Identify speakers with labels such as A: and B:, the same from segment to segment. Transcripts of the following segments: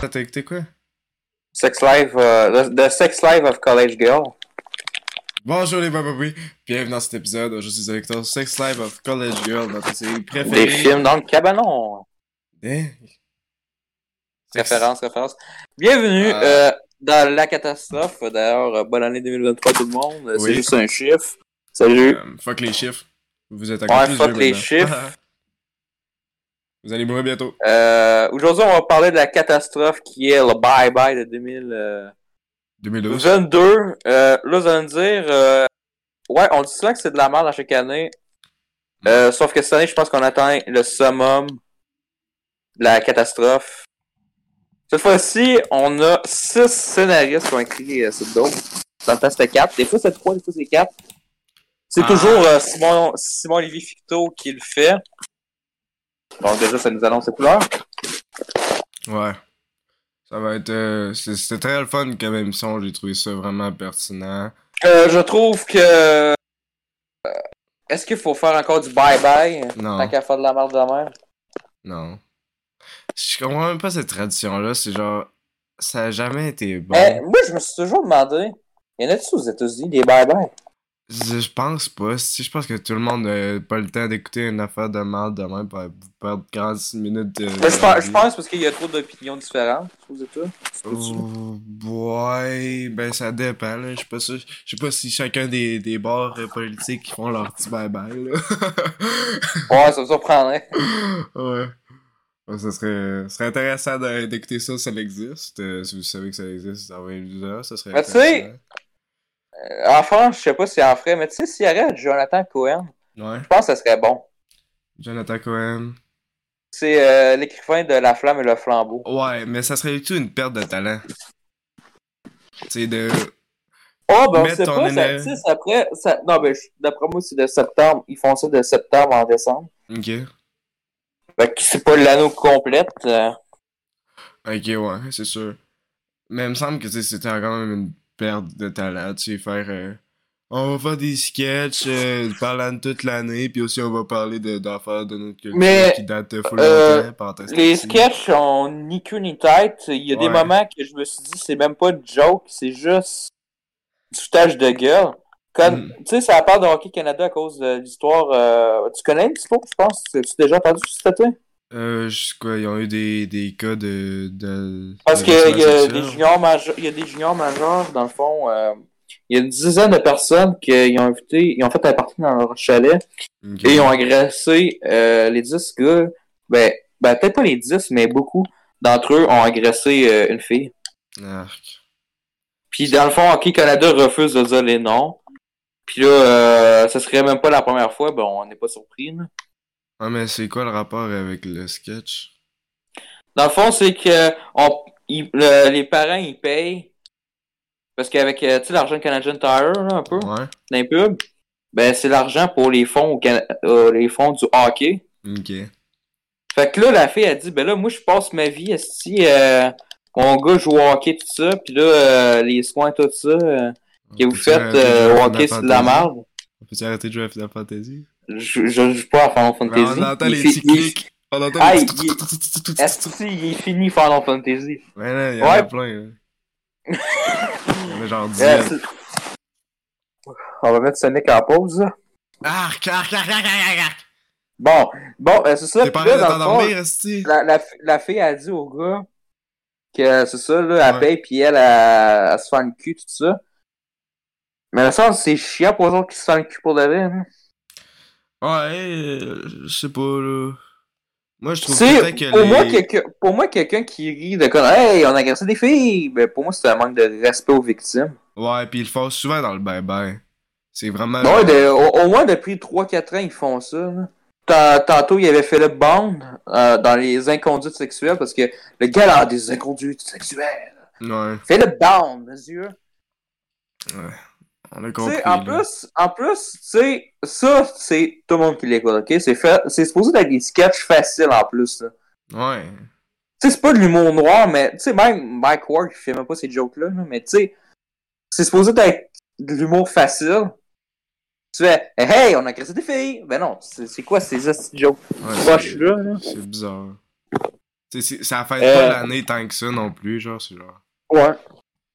A: T'as écouté quoi?
B: Sex Live, euh, the, the Sex Live of College Girl.
A: Bonjour les bababouis, bienvenue dans cet épisode. Je suis avec toi, Sex Live of College Girl, notre série préférée.
B: Des films dans le cabanon.
A: Hein? Sex-
B: Référence, référence. Bienvenue
A: Ah.
B: euh, dans la catastrophe. D'ailleurs, euh, bonne année 2023 tout le monde. Euh, C'est
A: Oui.
B: juste un chiffre. Salut.
A: Euh, fuck les chiffres. Vous êtes à
B: Ouais,
A: côté du
B: fuck
A: jeu
B: les
A: maintenant.
B: chiffres.
A: Vous allez mourir bientôt.
B: Euh, Aujourd'hui, on va parler de la catastrophe qui est le bye-bye de 2000, euh,
A: 2012.
B: 2022. Euh, là, vous allez me dire, euh, ouais, on dit souvent que c'est de la merde à chaque année. Euh, sauf que cette année, je pense qu'on atteint le summum de la catastrophe. Cette fois-ci, on a six scénaristes qui ont écrit euh, cette dose. Dans le temps, c'était quatre. Des fois, c'est trois, des fois, c'est quatre. C'est
A: Ah.
B: toujours euh, Simon, Simon Olivier Ficteau qui le fait. Donc, déjà, ça nous annonce les couleurs.
A: Ouais. Ça va être. euh, c'est- C'était très le fun comme émission, j'ai trouvé ça vraiment pertinent.
B: Euh, je trouve que. euh, Est-ce qu'il faut faire encore du bye-bye tant
A: Non.
B: qu'à faire de la merde de la mer?
A: Non. Je comprends même pas cette tradition-là, c'est genre. Ça a jamais été bon.
B: Eh, moi, je me suis toujours demandé, y en a-tu aux États-Unis des bye-bye?
A: Je je pense pas. Si je pense que tout le monde n'a pas le temps d'écouter une affaire de merde demain pour perdre 46 minutes de.
B: Mais je, pense, je pense parce qu'il y a trop d'opinions différentes aux États.
A: Oh, ouais, ben ça dépend, là. Je sais pas sûr. Je sais pas si chacun des, des bords euh, politiques qui font leur petit bye-bye, là.
B: Ouais, ça me surprendrait.
A: ouais. Ouais, ça serait, ça serait intéressant de- d'écouter ça, ça existe. Euh, si vous savez que ça existe, envoyez-nous ça, ça serait
B: Mais tu sais- Euh, En France, je sais pas si en ferait, mais tu sais, s'il y aurait Jonathan Cohen,
A: Ouais.
B: je pense que ça serait bon.
A: Jonathan Cohen.
B: C'est euh, l'écrivain de La Flamme et le Flambeau.
A: Ouais, mais ça serait plutôt une perte de talent. C'est de.
B: Oh, ben, on
A: Mettre
B: sait
A: ton
B: pas, ça,
A: éner-
B: tu sais, c'est après, ça- non, ben, je- d'après moi, c'est de septembre, ils font ça de septembre en décembre.
A: Ok.
B: Fait que c'est pas l'anneau complète. euh.
A: Ok, ouais, c'est sûr. Mais il me semble que tu sais, c'était quand même une perte de talent, tu sais, faire... euh, on va faire des sketchs euh, parlant de toute l'année, puis aussi on va parler de- d'affaires de, notre culture
B: Mais,
A: qui datent de full
B: euh,
A: longtemps, parenthèse fermée.
B: Les sketchs ont ni queue ni tête. Il y a des
A: Mmh. Ouais.
B: moments que je me suis dit, c'est même pas de joke, c'est juste du foutage de gueule. Comme,
A: Mm.
B: tu sais, ça parle de Hockey Canada à cause de l'histoire. euh, tu connais un petit peu, je pense. Tu tu as déjà entendu ce été?
A: Euh, je sais quoi, ils ont eu des, des cas de... de de
B: Parce qu'il y, a
A: harcèlement
B: des
A: sexuel.
B: juniors maje- il y a des juniors majeurs, dans le fond. euh, il y a une dizaine de personnes qui ont invité, ils ont fait un partie dans leur chalet
A: Ok.
B: et ils ont agressé euh, les 10 gars. Ben, ben peut-être pas les 10, mais beaucoup d'entre eux ont agressé euh, une fille.
A: Arc.
B: Puis dans le fond, Hockey Canada refuse de dire les noms. Puis là, euh, ce serait même pas la première fois, ben on n'est pas surpris. là.
A: Ah, mais c'est quoi le rapport avec le sketch?
B: Dans le fond, c'est que on, ils- le- les parents ils payent parce qu'avec euh, tu sais l'argent de Canadian Tire là, un peu
A: Ouais?
B: d'un pub, ben c'est l'argent pour les fonds au Cana- euh, les fonds du hockey.
A: Ok.
B: Fait que là la fille a dit ben là moi je passe ma vie si mon gars joue au hockey tout ça, puis là euh, les soins tout ça euh, que vous
A: Peux-tu
B: faites
A: arrêter de
B: euh,
A: jouer
B: au
A: à
B: hockey c'est de la
A: Fantasy?
B: merde.
A: Peux-tu arrêter de jouer à Final Fantasy?
B: Je, je joue pas à Final
A: Ben,
B: Fantasy.
A: on entend
B: Il
A: les petits
B: fi- il-
A: clics. On entend
B: Ah,
A: les
B: il-
A: petits- tout- tout- tout-
B: Est-ce
A: tout-
B: que il est fini Final Fantasy?
A: Ouais, là, il y en a
B: Ouais.
A: plein. là. Il y en a genre 10.
B: Euh, c'est- On va mettre Sonic en pause. là.
A: Arc, arc, arc, arc, arc, arc.
B: Bon, bon, euh, c'est ça.
A: T'es pas
B: puis
A: en
B: là,
A: train de
B: dans le fond,
A: t'endormir, esti?
B: la, la, la fille a dit au gars que c'est ça, là, elle
A: Ouais.
B: paye, puis elle, elle, elle se fait le cul, tout ça. Mais le sens, c'est chiant pour les autres qui se font le cul pour de vrai. hein.
A: Ouais, euh, je sais pas, là. Moi, je
B: Tu
A: trouve
B: sais,
A: peut-être que
B: pour, moi,
A: les-
B: quelqu'un- pour moi, quelqu'un qui rit de comme Hey, on a agressé des filles, ben, pour moi, c'est un manque de respect aux victimes.
A: Ouais, pis ils le font souvent dans le bye-bye. C'est vraiment...
B: Ouais, de- au, au moins depuis 3-4 ans, ils font ça. là. Tant- Tantôt, il y avait Philippe Bond euh, dans les inconduites sexuelles, parce que le gars a des inconduites sexuelles.
A: Ouais,
B: Philippe Bond, monsieur.
A: on a
B: Tu
A: compris.
B: sais, en
A: là.
B: plus, en plus, tu sais, ça, c'est tout le monde qui l'écoute, ok? C'est fait- c'est supposé être des sketchs faciles en plus. là.
A: Ouais.
B: Tu sais, c'est pas de l'humour noir, mais tu sais, même Mike Ward, il fait même pas ces jokes-là, là, mais tu sais, c'est supposé être de l'humour facile. Tu fais, hey, on a agressé des filles! Ben non, c'est c'est quoi ces hosties de jokes
A: Ouais, c'est-
B: proches-là, là?
A: C'est bizarre. Tu sais, c'est- ça fait
B: Euh.
A: pas l'année tant que ça non plus, genre, c'est genre.
B: Ouais.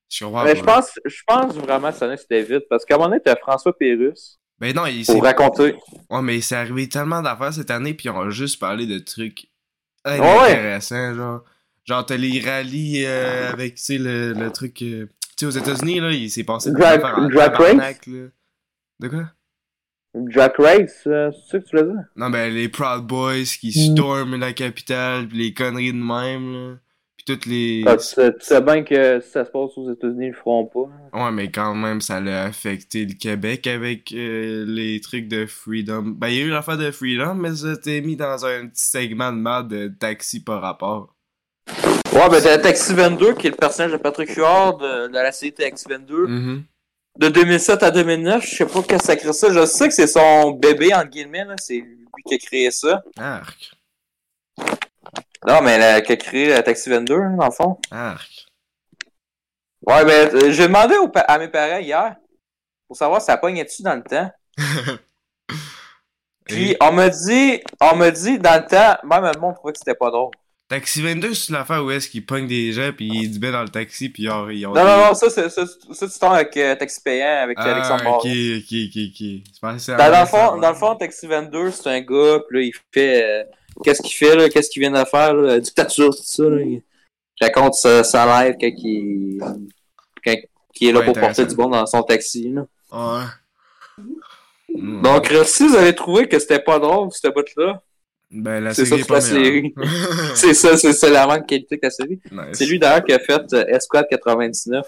A: Je comprends
B: Mais ben, je
A: pas.
B: pense, je pense vraiment que ça c'était vite, parce qu'à un moment donné, t'as François Pérus
A: Ben non, il s'est.
B: pour raconter.
A: Ouais, mais c'est arrivé tellement d'affaires cette année, puis on a juste parlé de trucs
B: ouais.
A: intéressants, genre. Genre, t'as les rallyes euh, avec, tu sais, le, le truc. euh, Tu sais, aux États-Unis, là, il s'est passé. des
B: Drag-
A: affaires en
B: drag
A: tabarnak, là. De quoi
B: Jack Race, euh, c'est ça que tu voulais dire?
A: Non, ben, les Proud Boys qui
B: Mm.
A: storment la capitale, puis les conneries de même, là. Puis toutes les.
B: Ah, tu, sais, tu sais bien que si ça se passe aux États-Unis, ils le feront pas.
A: Ouais, mais quand même, ça l'a affecté le Québec avec euh, les trucs de Freedom. Ben, il y a eu l'affaire de Freedom, mais ça t'es mis dans un petit segment de merde de taxi par rapport.
B: Ouais, ben t'as Taxi 22, qui est le personnage de Patrick Huard de, de la série Taxi 22.
A: Mhm.
B: De 2007 à 2009, je sais pas qu'est-ce que ça crée ça. Je sais que c'est son bébé, entre guillemets, là. c'est lui qui a créé ça.
A: Arc.
B: Non, mais la- qui a créé euh, Taxi 22, hein, dans le fond.
A: Arc.
B: Ouais, ben euh, j'ai demandé au pa- à mes parents hier pour savoir si ça pognait-tu dans le temps. Puis
A: Et
B: on me dit, on me dit dans le temps, même le monde trouvait que c'était pas drôle.
A: taxi 22, c'est l'affaire où est-ce qu'ils pognent des gens, puis ils disent ben dans le taxi, puis ils ont. ils ont
B: Non,
A: des-
B: non, non, ça, c'est- ça, tu- ça, tu tombes avec euh, Taxi Payant, avec
A: Ah, ok, ok,
B: Alexandre
A: ok,
B: Morin.
A: ok. C'est pas- c'est-
B: Dans, dans le fond, dans le fond, Taxi 22, c'est un gars, puis là, il fait. euh, Qu'est-ce qu'il fait, là Qu'est-ce qu'il vient de faire, là Dictature, tout ça, là. Il raconte sa, sa live quand il. Quand il est là
A: Ouais,
B: pour porter
A: intéressant.
B: du bon dans son taxi, là.
A: Ouais. Mm.
B: Donc, euh, si vous avez trouvé que c'était pas drôle, cette botte-là,
A: Ben, la
B: c'est
A: série
B: ça,
A: est pas
B: tu
A: meilleure. Hmm.
B: c'est ça, c'est c'est la manque de qualité de la série.
A: Nice.
B: C'est lui, d'ailleurs, qui a fait euh, Esquad 99.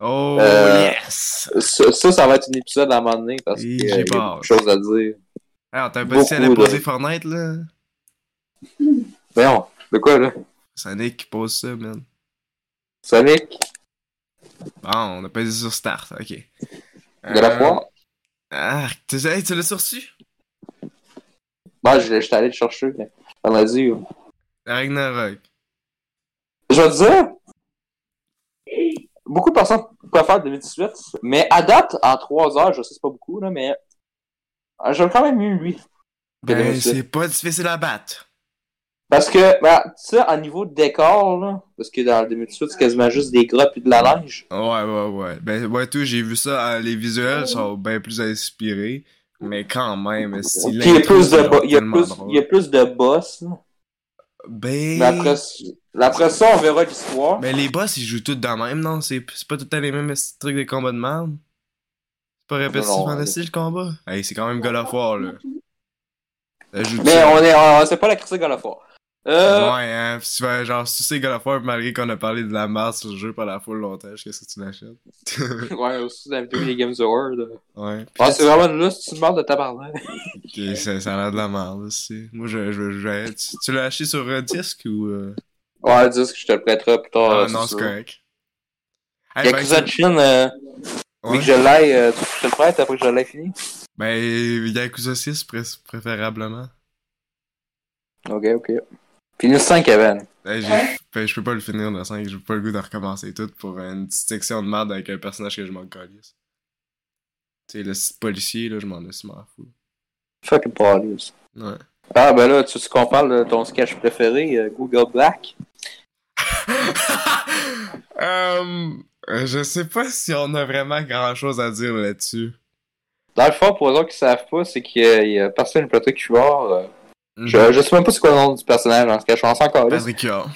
A: Oh,
B: Euh,
A: yes!
B: Ça, ça, ça va être un épisode à un moment donné, parce que
A: Et
B: euh, il y
A: j'ai
B: a
A: peur.
B: beaucoup de choses à dire.
A: Alors, t'as pas dit qu'elle allait
B: Beaucoup,
A: poser Fortnite, là?
B: Voyons, de quoi, là
A: C'est Nick qui pose ça, man.
B: Sonic,
A: Bon, on a pas dit sur Start, ok.
B: de la
A: fois
B: poire
A: Ah, tu hey, tu l'as sursu?
B: Bah, je, je t'allais le chercher, mais on a dit. euh,
A: Ragnarok.
B: Je vais te dire, beaucoup de personnes préfèrent 2018, mais à date, en 3 heures, je sais c'est pas beaucoup, là, mais euh, j'aime quand même mieux lui. que
A: Ben,
B: 2018.
A: c'est pas difficile à battre.
B: Parce que, ben, tu sais, en niveau de décor, là, parce que dans le 2018, c'est quasiment juste des grottes et de la neige.
A: Ouais, ouais, ouais. Ben, ouais, tout, j'ai vu ça. euh, Les visuels sont bien plus inspirés. Mais quand même, si
B: Puis il y a plus de, bo- il y a
A: tellement
B: plus,
A: drôle.
B: il y a plus de boss. là.
A: Ben...
B: Mais après, après ça, on verra l'histoire.
A: ben, les boss, ils jouent tous dans le même, non? C'est c'est pas tout le temps les mêmes petits trucs de combat de merde? C'est pas répétitif
B: Non,
A: en
B: ouais.
A: style, le combat? Hey, c'est quand même God of War, là. Ça joue
B: Mais
A: tout
B: on est, on, c'est pas la critique à la fois. Euh,
A: Ouais, hein, pis tu fais genre, si tu sais God of War, malgré qu'on a parlé de la merde sur le jeu pendant la foule longtemps, qu'est-ce que tu l'achètes?
B: ouais. aussi dans la vidéo des Games Awards. euh,
A: ouais, pis
B: Ah, c'est vraiment là, c'est une merde de tabarnak.
A: ok, ça, ça a l'air de la merde aussi. Moi, je, je, je- tu, tu l'as acheté sur un disque ou. Euh...
B: Ouais, dis que je te le prêterai plus tard.
A: ah,
B: euh,
A: non,
B: c'est
A: c'est
B: sûr.
A: correct. Hey, ben,
B: Yakuza Shin, euh, vu
A: ouais.
B: que je l'aille, euh, tu veux que je te le prête après que je l'ai fini.
A: ben, Yakuza 6, pré- préférablement.
B: Ok, ok. Fini 5 avant.
A: Hey, j'ai- ben, je peux pas le finir le 5, j'ai pas le goût de recommencer tout pour une petite section de merde avec un personnage que je m'en calisse. Tu sais, le petit policier, là, je m'en ai si m'en fous.
B: Fucking police.
A: Ouais.
B: Ah, ben là, tu sais qu'on parle de ton sketch préféré, euh, Google Black.
A: Euh, je sais pas si on a vraiment grand chose à dire là-dessus.
B: Dans le fond, pour les autres qui savent pas, c'est qu'il y a- il y a personne qui qui mort. euh,
A: Mm-hmm.
B: je, je sais même pas c'est quoi le nom du personnage dans ce sketch, on s'en encore
A: Patrick Huard.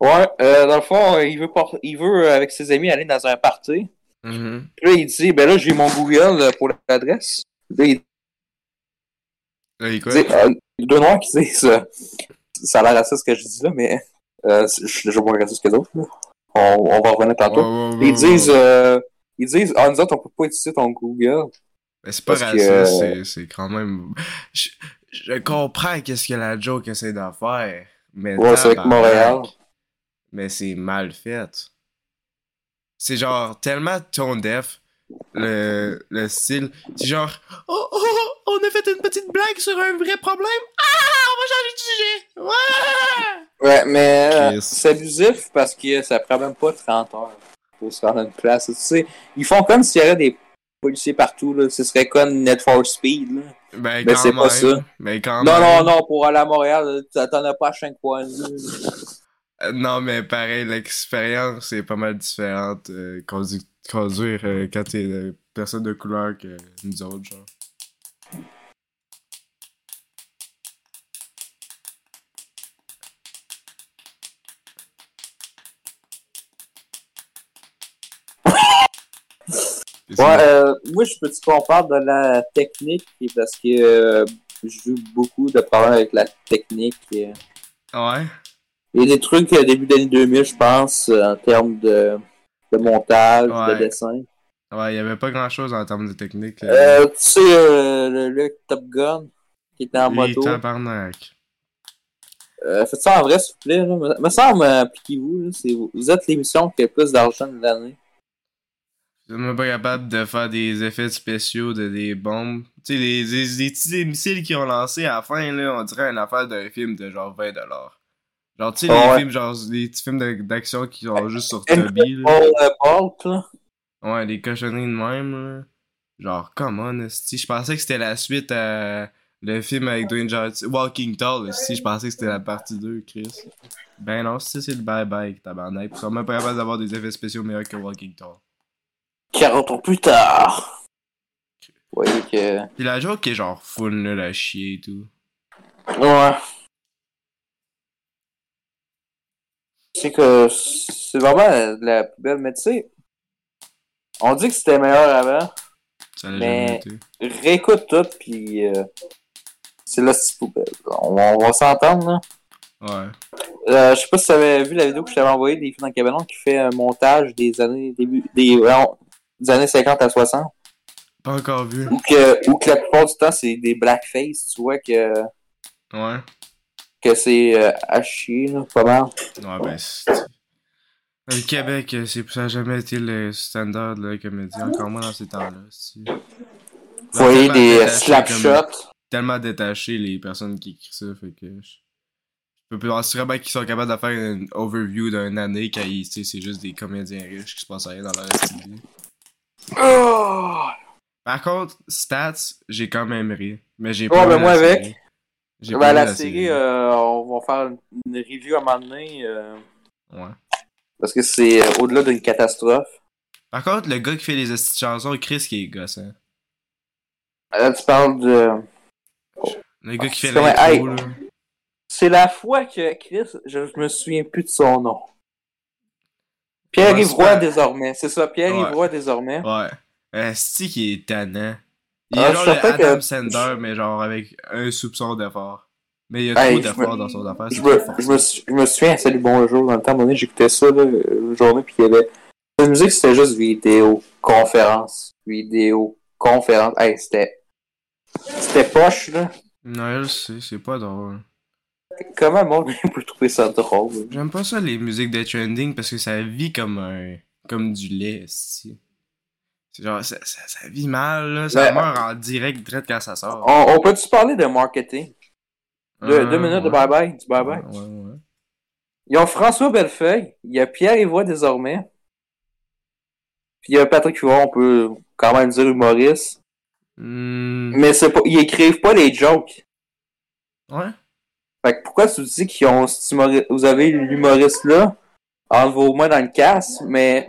B: Ouais, euh, dans le fond, euh, il veut, por- il veut, euh, avec ses amis, aller dans un party.
A: Mhm.
B: Puis là, il dit, ben là, j'ai mon Google euh, pour l'adresse. Là, il
A: Là, il est quoi?
B: Tu sais, euh, deux noirs qui disent euh, ça a l'air raciste ce que je dis là, mais euh, je suis déjà moins raciste que d'autres. là. On, on va revenir
A: Ouais,
B: tantôt.
A: ouais, ouais,
B: Ils disent,
A: ouais.
B: euh, ils disent, ah, nous autres, on peut pas utiliser ton Google.
A: Mais c'est pas
B: parce
A: raciste,
B: que-
A: c'est- c'est quand même. Je, je comprends qu'est-ce que la joke essaie d'en faire. Mais
B: Ouais, c'est avec
A: tabarnak.
B: Montréal.
A: mais c'est mal fait. C'est genre tellement tone deaf, le, le style. C'est genre, oh, oh, oh, on a fait une petite blague sur un vrai problème. Ah, on va changer de sujet. Ouais!
B: Ouais, mais euh,
A: Chris.
B: c'est abusif parce que ça prend même pas 30 heures pour se rendre à une place. Tu sais, ils font comme s'il y avait des policiers partout, là. Ce serait comme Net for Speed, là.
A: Ben,
B: Mais
A: quand
B: c'est pas
A: même.
B: ça.
A: Mais quand
B: non,
A: même.
B: non, non, pour aller à Montréal, là, t'en as pas à chaque coin. là.
A: Euh, Non, mais pareil, l'expérience est pas mal différente euh, condu- conduire euh, quand t'es euh, personne de couleur que nous autres, genre. Et c'est-
B: Ouais, euh, moi, je peux-tu qu'on parle de la technique et parce que euh, j'ai eu beaucoup de problèmes avec la technique. euh.
A: Ouais.
B: Il y a des trucs euh, début d'année 2000, je pense, euh, en termes de, de montage,
A: Ouais.
B: de dessin.
A: Ouais, il y avait pas grand chose en termes de technique. là.
B: Euh, tu sais, euh, le, le Top Gun qui était en
A: Les
B: moto.
A: tabarnak.
B: Euh, faites ça en vrai, s'il vous plaît. Là. Me- Me semble, euh, appliquez-vous. là, c'est vous. vous êtes l'émission qui a le plus d'argent de l'année.
A: Je suis même pas capable de faire des effets spéciaux de des bombes. Tu sais, les, les, les petits missiles qu'ils ont lancés à la fin, là, on dirait une affaire d'un film de genre 20$. Genre, tu sais,
B: Ah
A: les
B: ouais.
A: films, genre, les petits films de- d'action qui sont juste sur Toby, là.
B: Paul euh, Bolt, là.
A: Ouais, les cochonneries de même, là. Genre, come on, esti. Je pensais que c'était la suite à le film avec Dwayne Johnson. Walking Tall, esti. Je pensais que c'était la partie 2, Chris. Ben non, si c'est le bye-bye, tabarnak. Ils sont même pas capables d'avoir des effets spéciaux meilleurs que Walking Tall.
B: 40 ans plus tard. Vous voyez que.
A: Pis la joke qui est genre full nul à chier et tout.
B: Ouais. C'est que c'est vraiment la- la plus belle, mais tu sais, on dit que c'était meilleur avant.
A: Ça l'a
B: Mais-
A: jamais été.
B: Réécoute tout, puis euh, c'est la petite poubelle. On, va- on va s'entendre, là.
A: Ouais.
B: Euh, je sais pas si tu avais vu la vidéo que je t'avais envoyée des filles dans le cabanon qui fait un montage des années début des, voyons, des années 50 à 60
A: Pas encore vu.
B: ou que ou que la plupart du temps c'est des blackface tu vois que
A: Ouais.
B: que c'est euh, à chier là, pas mal
A: Ouais, ben, c'est- le Québec, euh, c'est ça n'a jamais été le standard de la comédie, encore moins dans ces temps-là. c'est-
B: vous voyez
A: Tellement
B: des euh,
A: détaché comme-
B: slapshots
A: Tellement détaché les personnes qui écrivent ça, fait que je je peux pas assurer bien qu'ils sont capables de faire une overview d'une année quand ils- tu sais, c'est juste des comédiens riches qui se passent rien dans leur style.
B: Oh!
A: Par contre, stats, j'ai quand même ri. Mais j'ai
B: Ouais,
A: pas.
B: ben,
A: vu la
B: moi, avec.
A: série. J'ai
B: ben,
A: pas vu
B: la série euh, on va faire une- une review à un moment donné euh,
A: Ouais.
B: parce que c'est euh, au-delà d'une catastrophe
A: Par contre, le gars qui fait les hosties de chansons, Chris qui est gosse, hein.
B: Là, Euh, tu parles de
A: Le gars qui fait
B: Ah, C'est vrai,
A: l'intro,
B: hey.
A: là.
B: c'est la fois que Chris je, je me souviens plus de son nom Pierre
A: Ouais, c'est
B: Ivroy
A: pas-
B: désormais c'est ça Pierre
A: Ouais.
B: Ivroy désormais
A: Ouais. Esti qui est tannant. Il
B: Ah,
A: est
B: je
A: genre
B: suis
A: le
B: certain que-
A: Adam Sandler, mais genre avec un soupçon d'effort. Mais il y a
B: Hey,
A: trop
B: je me-
A: d'effort dans son affaire.
B: Je
A: Ah, c'est
B: me,
A: trop fort.
B: je, me, sou- je me souviens, salut bonjour, dans le temps, à un moment donné, j'écoutais ça, là, une journée, puis il y avait. La musique, c'était juste vidéo, conférence, vidéo, conférence. Hey, c'était. C'était poche, là.
A: Non, je sais, c'est pas drôle.
B: Comment le monde peut trouver ça drôle?
A: J'aime pas ça, les musiques de trending, parce que ça vit comme un. comme du lait, esti. C'est genre, ça, ça, ça vit mal, là. Ça
B: Ouais.
A: meurt en direct, direct quand ça sort.
B: On, on peut-tu parler de marketing? De-
A: Euh,
B: deux minutes de
A: ouais.
B: bye-bye, du bye-bye.
A: Ouais, ouais, ouais.
B: Ils ont François Bellefeuille, il y a Pierre Ivois désormais. Puis il y a Patrick Huard, on peut quand même dire humoriste.
A: Hmm,
B: Mais c'est pas, ils écrivent pas les jokes.
A: ouais.
B: Fait que pourquoi tu dis qu'ils ont cet humori- vous avez l'humoriste là entre vos mains dans le casse, mais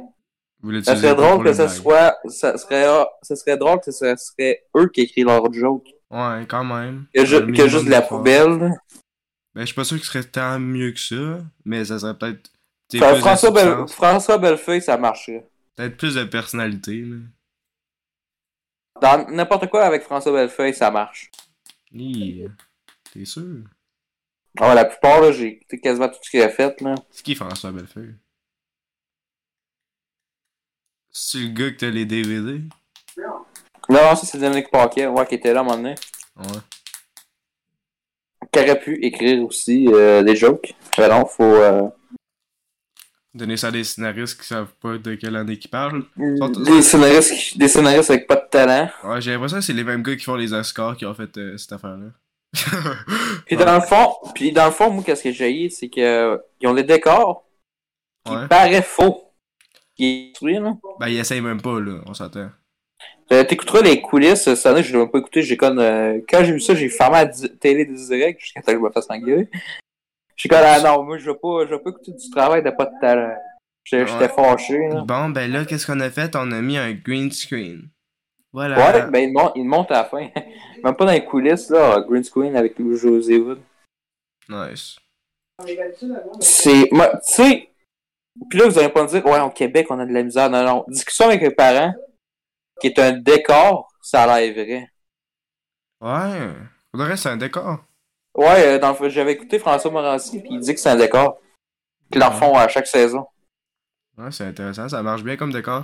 A: Vous l'utilisez
B: ça serait
A: pas pour
B: drôle que
A: les
B: ça
A: blagues.
B: soit ça serait ah, ça serait drôle que ce serait eux qui écrivent leur joke.
A: Ouais, quand même.
B: Que, ju-
A: Un
B: que
A: minimum
B: juste de la
A: d'effort.
B: poubelle. là.
A: Ben, je suis pas sûr que ce serait tant mieux que ça, mais ça serait peut-être. t'sais,
B: Fait que
A: plus de
B: François, Bel-
A: substance,
B: François Bellefeuille, ça marcherait.
A: Peut-être plus de personnalité, là.
B: Dans n'importe quoi avec François Bellefeuille, ça marche.
A: Hi, T'es sûr?
B: Alors, Ah la plupart, là, j'ai écouté quasiment tout ce qu'il a fait. Là.
A: C'est qui François Bellefeuille? C'est le gars que t'as les DVD?
B: Non, non, ça, c'est Dominique Paquet, ouais, qui était là à un moment donné.
A: Ouais.
B: Qui aurait pu écrire aussi euh, des jokes. Mais non, faut. euh,
A: Donner ça à des scénaristes qui savent pas de quelle année qu'ils parlent.
B: des, scénaristes, qui- des scénaristes avec pas de talent.
A: Ouais, j'ai l'impression que c'est les mêmes gars qui font les Oscars qui ont fait euh, cette affaire-là.
B: Puis dans le fond, puis dans le fond, moi, qu'est-ce que j'ai eu, c'est que euh, ils ont des décors qui
A: Ouais.
B: paraissent faux. Qui est construit, là.
A: Ben, il essaye même pas, là, on s'entend.
B: Euh, T'écouteras les coulisses, euh, cette année, je l'ai même pas écouté, j'ai comme, euh, quand j'ai vu ça, j'ai fermé la di- télé du direct jusqu'à temps que je me fasse engueuler. J'ai comme, ah non, moi, je vais pas, je vais pas écouter du travail de pas de talent. J'étais
A: Ouais.
B: j'étais fâché, là.
A: Bon, ben là, qu'est-ce qu'on a fait? On a mis un green screen. Voilà.
B: Ouais, ben, il monte, il monte à la fin. Même pas dans les coulisses, là, Green Screen avec Lou José Wood.
A: Nice.
B: C'est. moi, Tu sais. Puis là, vous allez pas me dire, ouais, au Québec, on a de la misère. Non, non. Discussion avec les parents, qui est un décor, ça a l'air vrai.
A: Ouais. Pour le reste, c'est un décor.
B: Ouais, euh, dans le- j'avais écouté François Morancy, puis il dit que c'est un décor. Qu'ils leur font à chaque saison.
A: Ouais, c'est intéressant. Ça marche bien comme décor.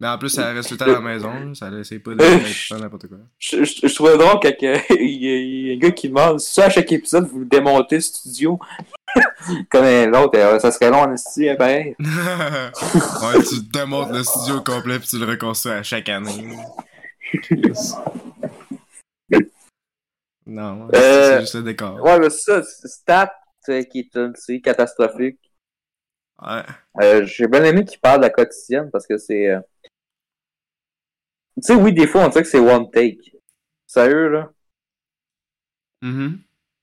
A: Mais en plus, ça reste tout le temps à la maison. Ça essaye pas de
B: Euh,
A: faire n'importe quoi.
B: Je, je, je trouvais drôle quand euh, il y, a- il y a un gars qui demande ça à chaque épisode, vous démontez le studio. Comme euh, l'autre, euh, ça serait long en esti, euh, pareil.
A: ouais, tu démontes le studio au complet puis tu le reconstruis à chaque année. non, c'est-
B: Euh,
A: c'est juste le décor.
B: Ouais, mais ça, Stat, euh, qui est une série catastrophique.
A: Ouais.
B: Euh, j'ai bien aimé qu'il parle de la quotidienne parce que c'est. euh, Tu sais, oui, des fois, on dirait que c'est one take. Sérieux, là.
A: Mhm.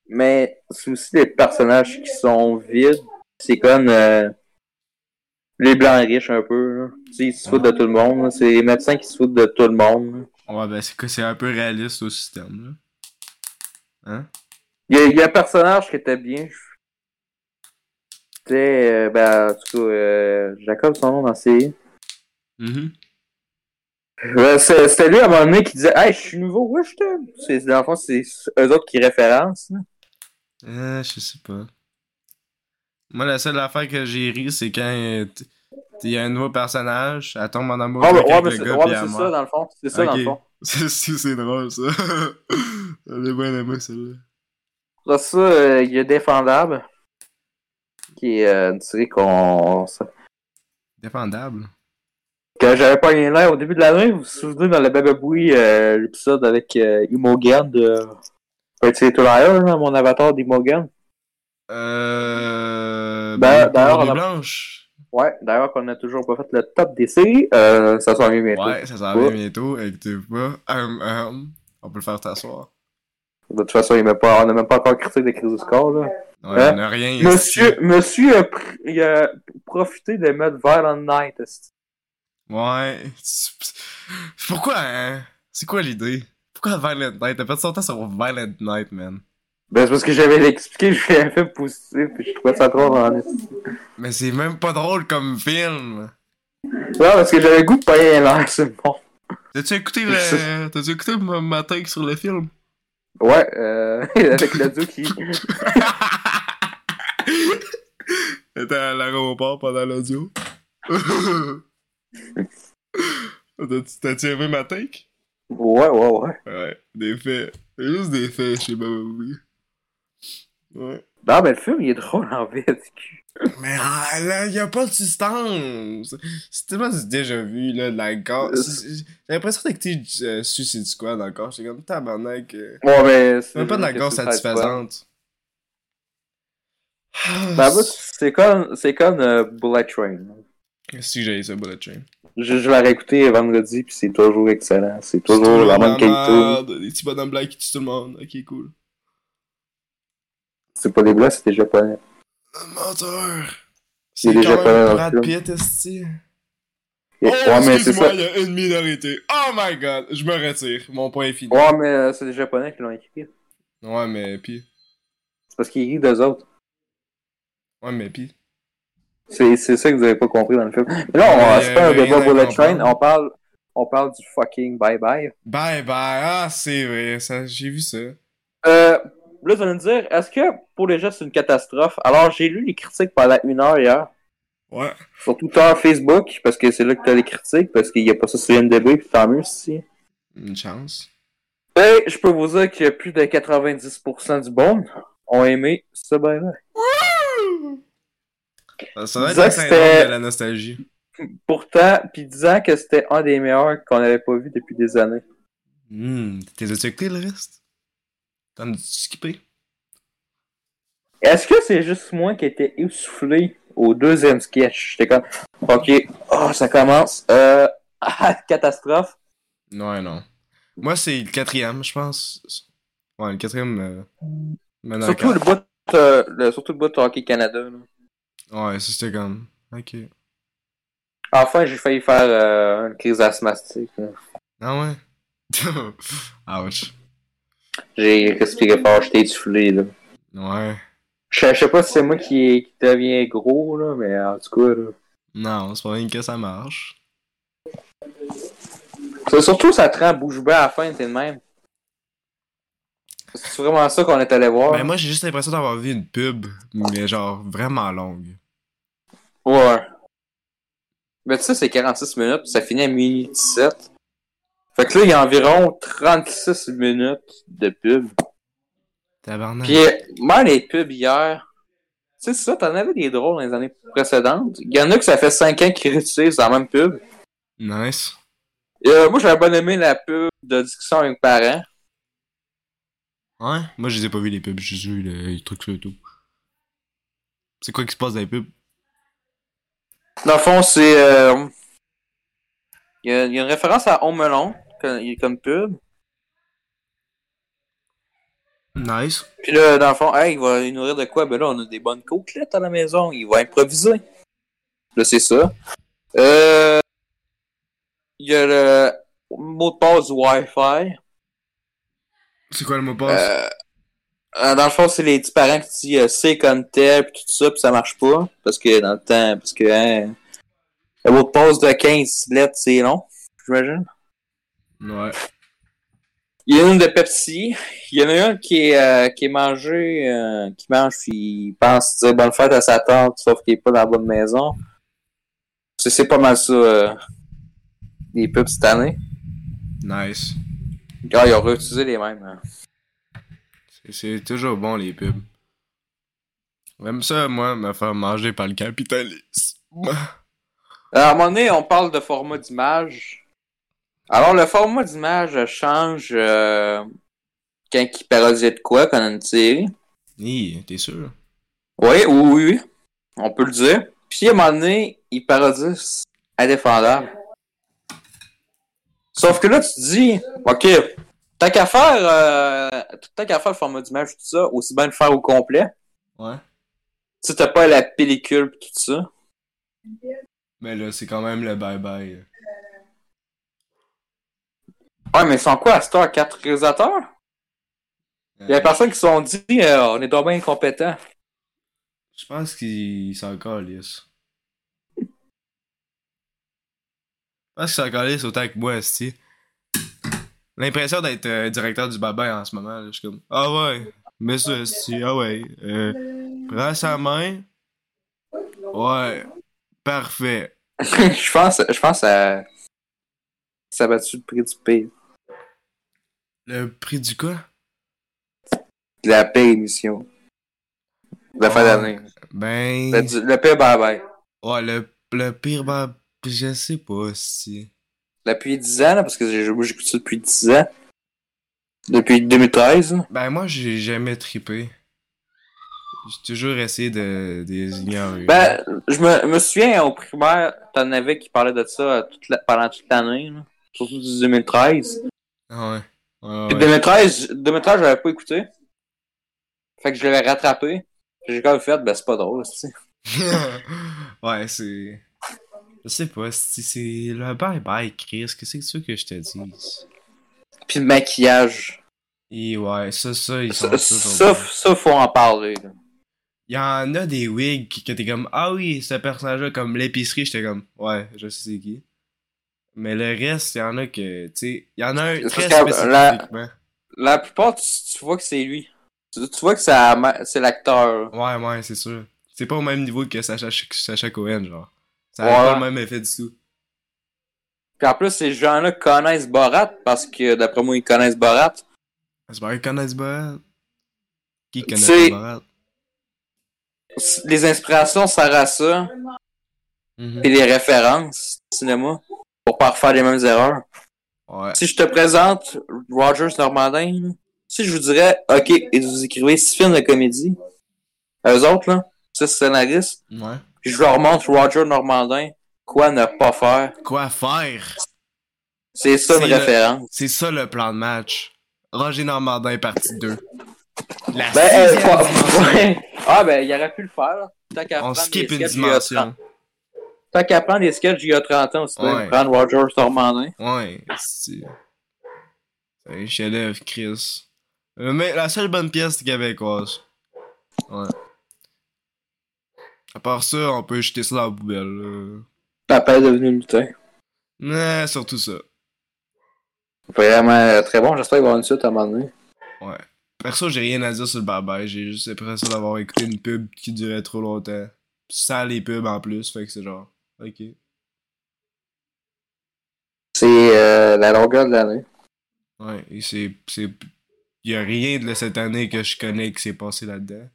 B: Mais c'est aussi des personnages qui sont vides. C'est comme. euh, Les blancs riches, un peu, là. Tu sais, ils se foutent de tout le monde, là. C'est les médecins qui se foutent de tout le monde, là.
A: Ouais, ben c'est que c'est un peu réaliste au système. Là.
B: Il y, a, il y a un personnage qui était bien. C'était. euh, ben, en tout cas, euh, Jacob, son nom dans la série.
A: Mhm.
B: Euh, c'est- C'était lui à un moment donné qui disait Hey, je suis nouveau, ouais, je t'aime. C'est- Dans le fond, c'est eux autres qui référencent. là.
A: Euh, je sais pas. Moi, la seule affaire que j'ai ri, c'est quand euh, t- il y a un nouveau personnage, elle tombe en amour
B: Ouais, ouais,
A: avec
B: ouais, mais
A: le
B: c'est
A: gars,
B: ouais,
A: puis
B: mais
A: elle
B: c'est
A: meurt.
B: ça, dans le fond. C'est ça, dans le
A: Ok.
B: fond.
A: C'est- c'est c'est drôle, ça. J'ai bien aimé, celle-là.
B: Après ça, euh, il y a Défendable, qui est euh, une série qu'on. ça-
A: Défendable.
B: Que j'avais pas eu l'air au début de l'année. Vous vous souvenez dans le Baba Boui, euh, l'épisode avec euh, Imogen de. Petit Liar, là, mon avatar d'Imogen.
A: Euh.
B: Ben,
A: Bleu-
B: d'ailleurs,
A: bleu-
B: on a-
A: blanche.
B: Ouais, d'ailleurs, qu'on a toujours pas fait le top des séries, euh, ça s'en vient bientôt.
A: Ouais, ça s'en
B: Ouais.
A: vient bientôt. Écoutez pas. Hum, hum. On peut le faire t'asseoir.
B: De toute façon, il est même pas, on n'a même pas encore critiqué des crises du score, là.
A: Ouais,
B: Hein?
A: on a rien.
B: Monsieur, monsieur a, pr- il a profité de mettre Violent Night. esti.
A: Ouais. Pourquoi, hein? C'est quoi l'idée? Pourquoi Violent Night? T'as perdu son temps sur Violent Night, man.
B: Ben, c'est parce que j'avais l'expliqué, je l'avais fait pousser, puis je trouvais ça trop en esti.
A: Mais c'est même pas drôle comme film.
B: Non, parce que j'avais le goût de payer un l'air, hein, c'est bon.
A: T'as-tu écouté le. T'as-tu écouté ma, ma take sur le film?
B: Ouais, euh, avec le duo qui.
A: J'étais à l'aéroport pendant l'audio. T'as-tu- T'as-tu aimé ma take?
B: Ouais, ouais, ouais.
A: Ouais, des faits. C'est Juste des faits chez Baba Booey. Ouais.
B: Non, mais le film, il est drôle en VSQ.
A: Mais ah, là, y a pas de substance! C'est tellement du déjà vu, là, de la gore.
B: Euh.
A: C'est- J'ai l'impression d'écouter euh, Suicide Squad encore. J'étais comme tabarnak. euh,
B: Ouais, mais.
A: C'est même pas de la gore satisfaisante.
B: Ben, moi, c'est comme, c'est comme euh, Bullet Train. là.
A: Si j'ai ça, Bullet Train.
B: Je, je l'ai réécouté vendredi, puis c'est toujours excellent. C'est toujours la même qualité.
A: merde, Les petits bonhommes blancs qui tuent tout le monde. Ok, cool.
B: C'est pas des blancs, c'est des japonais.
A: Un menteur!
B: Il
A: C'est
B: y a des
A: quand
B: Japonais
A: même
B: dans le
A: Brad
B: film.
A: Pitt, esti.
B: Et-
A: Oh,
B: ouais, mais c'est
A: excuse-moi,
B: ça.
A: il y a une minorité. Oh my god, je me retire. Mon point est fini.
B: Ouais, mais euh, c'est des japonais qui l'ont écrit.
A: Ouais, mais pis.
B: C'est parce qu'ils rient d'eux autres.
A: Ouais, mais pis.
B: C'est, c'est ça que vous avez pas compris dans le film. Mais là, on,
A: Mais,
B: c'est pas
A: euh,
B: un
A: rien
B: débat
A: à
B: Bullet
A: comprendre.
B: Train, on parle, on parle du fucking bye-bye.
A: Bye bye. Ah, c'est vrai, ça, j'ai vu ça.
B: Euh, là, vous allez me dire, est-ce que pour les gens, c'est une catastrophe? Alors, j'ai lu les critiques pendant une heure hier.
A: Ouais.
B: Sur Twitter, Facebook, parce que c'est là que t'as les critiques, parce qu'il y a pas ça sur IMDb, puis tant mieux si.
A: Une chance.
B: Ben, je peux vous dire qu'il y a plus de 90% du monde ont aimé ce bail-là.
A: Ça, ça doit être
B: Disons
A: le
B: que
A: syndrome
B: c'était-
A: de la nostalgie.
B: Pourtant, puis disant que c'était un des
A: Hmm,
B: meilleurs qu'on n'avait pas vu depuis des années.
A: Hum, t'es étiqueté le reste? T'as me skipper?
B: Est-ce que c'est juste moi qui étais essoufflé au deuxième sketch? J'étais comme, ok, oh, ça commence. Euh, ah, catastrophe.
A: Ouais, non. Moi, c'est le quatrième, je pense. Ouais, le quatrième. euh, mène à la
B: Surtout le,
A: carte.
B: bout, euh, le- surtout le bout de Hockey Canada. là.
A: Ouais, ça, c'était comme. Ok.
B: Enfin, j'ai failli faire euh, une crise asthmatique. là.
A: Ah ouais? Ouch.
B: J'ai respiré fort, j'étais essoufflé. Là.
A: Ouais.
B: Je je sais pas si c'est moi qui, qui deviens gros, là, mais en tout cas, là.
A: Non, c'est pas rien que ça marche.
B: C'est surtout ça te rend bouche bée à la fin, t'es le même. C'est vraiment ça qu'on est allé voir.
A: Ben, moi, j'ai juste l'impression d'avoir vu une pub, mais genre vraiment longue.
B: Ouais. Mais tu sais, c'est 46 minutes, puis ça finit à minuit 17. Fait que là, il y a environ 36 minutes de pub.
A: Tabarnak.
B: Puis, euh, moi, les pubs hier, tu sais, ça, t'en avais des drôles dans les années précédentes. Il y en a que ça fait 5 ans qu'ils réutilisent la même pub.
A: Nice.
B: Et, euh, moi, j'avais bien aimé la pub de discussion avec parents.
A: Ouais. Moi, je les ai pas vu les pubs, j'ai juste vu le, le truc sur le tout. C'est quoi qui se passe dans les pubs?
B: Dans le fond, c'est. euh, Il y, a- il y a une référence à Home Alone, comme, comme pub.
A: Nice.
B: Puis là, dans le fond, hey, il va nourrir de quoi? Ben là, on a des bonnes côtelettes à la maison. Il va improviser. Là, c'est ça. Euh... Il y a le mot de passe du Wi-Fi.
A: C'est quoi le mot de passe?
B: Euh... euh, Dans le fond, c'est les petits parents qui disent euh, c'est comme tel, puis tout ça, puis ça marche pas. Parce que dans le temps, parce que hein, le mot de passe de 15 lettres, c'est long, j'imagine.
A: Ouais.
B: Il y en a une de Pepsi. Il y en a une qui est, euh, qui est mangée, euh, qui mange, puis il pense dire bonne fête à sa tante, sauf qu'il est pas dans la bonne maison. C'est, c'est pas mal ça, euh, les pubs cette année.
A: Nice.
B: Gars, ils ont réutilisé les mêmes. hein.
A: C'est- C'est toujours bon, les pubs. Même ça, moi, me faire manger par le capitalisme.
B: Alors, Euh, à un moment donné, on parle de format d'image. Alors, le format d'image euh, change euh, quand il parodie de quoi, quand on a une série.
A: Hi, t'es sûr?
B: Oui, oui, oui, oui. On peut le dire. Puis à un moment donné, il parodie indéfendable. Sauf que là, tu te dis, OK, tant qu'à faire, euh, tant qu'à faire le format d'image, tout ça, aussi bien le faire au complet.
A: Ouais.
B: Tu sais, t'as pas la pellicule pis tout ça.
A: Mais là, c'est quand même le bye-bye.
B: Ouais, mais sans quoi à cette heure, quatre réalisateurs? Il y a des personnes qui se sont dit, euh, on est donc bien incompétents.
A: Je pense qu'ils s'en calissent. Je pense qu'ils s'en calissent autant que moi, esti. L'impression d'être euh, directeur du babay en ce moment, là, je suis comme « Ah ouais, mais ça, esti, ah ouais, euh, prends sa main. Ouais, parfait.
B: je pense, je pense à. Ça a battu le prix du pire.
A: Le prix du quoi?
B: De la pire émission. De la fin
A: Ouais.
B: d'année.
A: Ben,
B: Le, du- le pire ben, bye-bye.
A: ouais, le, le pire babay, je sais pas, esti.
B: Depuis 10 ans, là, parce que j'ai- moi, j'écoute ça depuis 10 ans. Depuis 2013. là.
A: Ben moi, j'ai jamais trippé. J'ai toujours essayé de, de les ignorer.
B: Ben, je me, me souviens, au primaire, t'en avais qui parlaient de ça euh, toute la- pendant toute l'année. là. Surtout du 2013.
A: Ah ouais. Ouais,
B: Puis
A: ouais.
B: 2013, 2013, j'avais pas écouté. Fait que je l'avais rattrapé. J'ai quand même fait, ben c'est pas drôle, tu sais.
A: ouais, c'est. Je sais pas, c'est c'est le bye-bye, Chris. Qu'est-ce que c'est que tu veux que je te dise?
B: Puis le maquillage.
A: Et ouais, ça, ça, ils sont
B: Ça, ça,
A: tous au-
B: ça, faut en parler. là.
A: Il y en a des wigs qui- que t'es comme, ah oui, ce personnage-là, comme l'épicerie, j'étais comme, ouais, je sais c'est qui. Mais le reste, il y en a que, tu sais, il y en a un
B: Parce
A: très ben,
B: que euh, la-
A: spécifiquement.
B: La plupart, tu, tu vois que c'est lui. Tu, tu vois que c'est la ma- c'est l'acteur.
A: Ouais, ouais, c'est sûr. C'est pas au même niveau que Sacha, Sacha Cohen, genre. Ça
B: Ouais.
A: a pas le même effet du tout.
B: Puis en plus, ces gens-là connaissent Borat parce que d'après moi, ils connaissent Borat.
A: C'est pas qu'ils connaissent Borat. Qui
B: Tu
A: connaît
B: sais-
A: Borat?
B: S- Les inspirations servent à ça
A: Mhm.
B: et les références du cinéma pour pas refaire les mêmes erreurs.
A: Ouais.
B: Si je te présente Rogers Normandin, là, si je vous dirais, OK, et vous écrivez six films de comédie, eux autres, là, six scénaristes,
A: Ouais.
B: puis je leur montre Roger Normandin, quoi ne pas faire.
A: Quoi faire?
B: C'est ça une
A: C'est le-
B: référence.
A: C'est ça le plan de match. Roger Normandin, partie 2. La
B: Ben, euh,
A: sixième
B: pas-
A: dimension.
B: ouais. Ah, ben, il aurait pu le faire, là. Tant qu'à
A: On
B: prendre
A: skip
B: des
A: une
B: sketchs, il y a 30
A: dimension.
B: Tant qu'à prendre des sketchs, il y a 30 ans, aussi, ben,
A: Ouais.
B: prendre Roger Normandin.
A: Ouais, c'est. C'est un chef-d'œuvre, Chris. Euh, Mais la seule bonne pièce c'est québécoise. Ouais. À part ça, on peut jeter ça dans la poubelle. là.
B: Papa est devenu lutin.
A: Mais surtout ça.
B: Vraiment euh, très bon, j'espère qu'il va avoir une suite à un moment donné.
A: Perso, j'ai rien à dire sur le bye-bye. J'ai juste l'impression d'avoir écouté une pub qui durait trop longtemps. Sans les pubs en plus, fait que c'est genre. Ok.
B: C'est euh, la longueur de l'année.
A: Ouais, et c'est. c'est... Y a rien de cette année que je connais qui s'est passé là-dedans.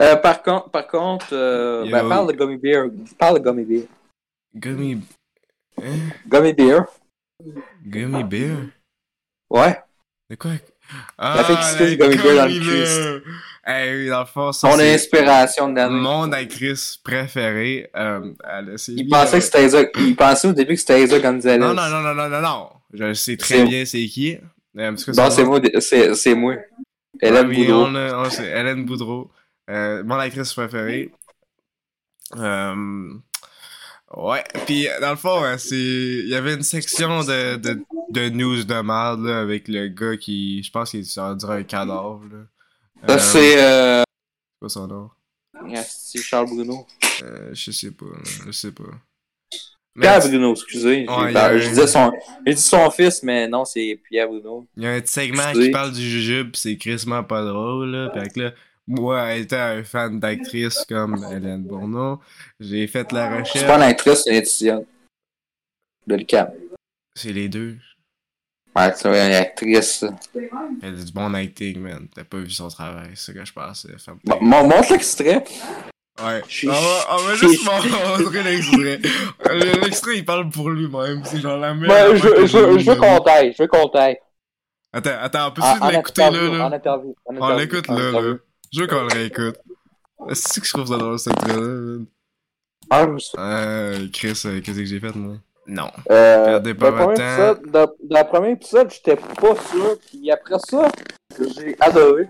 B: Euh, par contre, par contre euh,
A: Il y
B: ben,
A: avait-
B: parle de Gummy Bear. Parle de Gummy Bear.
A: Gummy. Hein?
B: Gummy Bear? Ah.
A: Gummy bear?
B: Ouais.
A: De quoi? Ah,
B: fille qui se
A: les
B: fait du Gummy Bear dans le
A: Gummy Bear! Eh oui, dans le fond, ça,
B: Son
A: c'est
B: inspiration de l'année.
A: mon actrice préférée. Euh, elle, c'est
B: Il
A: lui,
B: pensait
A: euh,
B: que c'était Isaac. Il pensait au début que c'était Isaac Gonzalez.
A: Non, non, non, non, non, non, non. Je sais très
B: C'est-
A: bien c'est qui. Euh, parce que
B: Bon,
A: son
B: c'est moi. C'est c'est moi. Elle
A: Ah
B: aime
A: oui,
B: Boudreau.
A: on a- on sait, Hélène Boudreau. Euh, mon actrice préférée. Euh, ouais, puis dans le fond, hein, c'est il y avait une section de, de, de news de merde là, avec le gars qui, je pense qu'il s'est rendu un cadavre. Là.
B: Ça,
A: Euh,
B: c'est euh...
A: quoi son nom?
B: ah, c'est Charles Bruno.
A: Euh, je sais pas, là, je sais pas. Mais
B: Pierre Bruno,
A: Ouais,
B: excusez. j'ai
A: il y a
B: parlé-
A: eu-
B: Je disais son... j'ai dit son fils, mais non, c'est Pierre Bruno.
A: Il y a un petit segment
B: Excusez.
A: qui parle du jujube, pis c'est crissement pas drôle, là. Fait que là, moi, étant un fan d'actrice comme Hélène Bourneau, j'ai fait la
B: C'est pas
A: recherche.
B: une actrice, c'est une étudiante. De l'UQAM.
A: C'est les deux.
B: Ouais, c'est une actrice.
A: Elle a du bon acting, man. T'as pas vu son travail, c'est ce que je pense. euh, femme.
B: Bon, mon- montre l'extrait.
A: Ouais.
B: Je-
A: On va, on va
B: je-
A: juste montrer l'extrait. Euh, L'extrait, il parle pour lui-même. C'est genre la merde.
B: Ben, je, je, je veux qu'on t'aille, je veux qu'on Ah, t'aille.
A: Attends, attends, on peut
B: En, en
A: juste l'écouter là,
B: interview, en
A: là.
B: interview. en
A: On
B: interview,
A: l'écoute
B: en
A: là,
B: interview.
A: là. Je veux qu'on le réécoute. C'est que je trouve ça drôle, cet extrait là, man.
B: Ah, je me suis-
A: Euh, Chris, euh, qu'est-ce que j'ai fait, moi? Non.
B: Euh,
A: Perdez pas
B: dans le
A: votre
B: premier
A: temps.
B: épisode- Dans dans le premier épisode, j'étais pas sûr, puis après ça, j'ai adoré.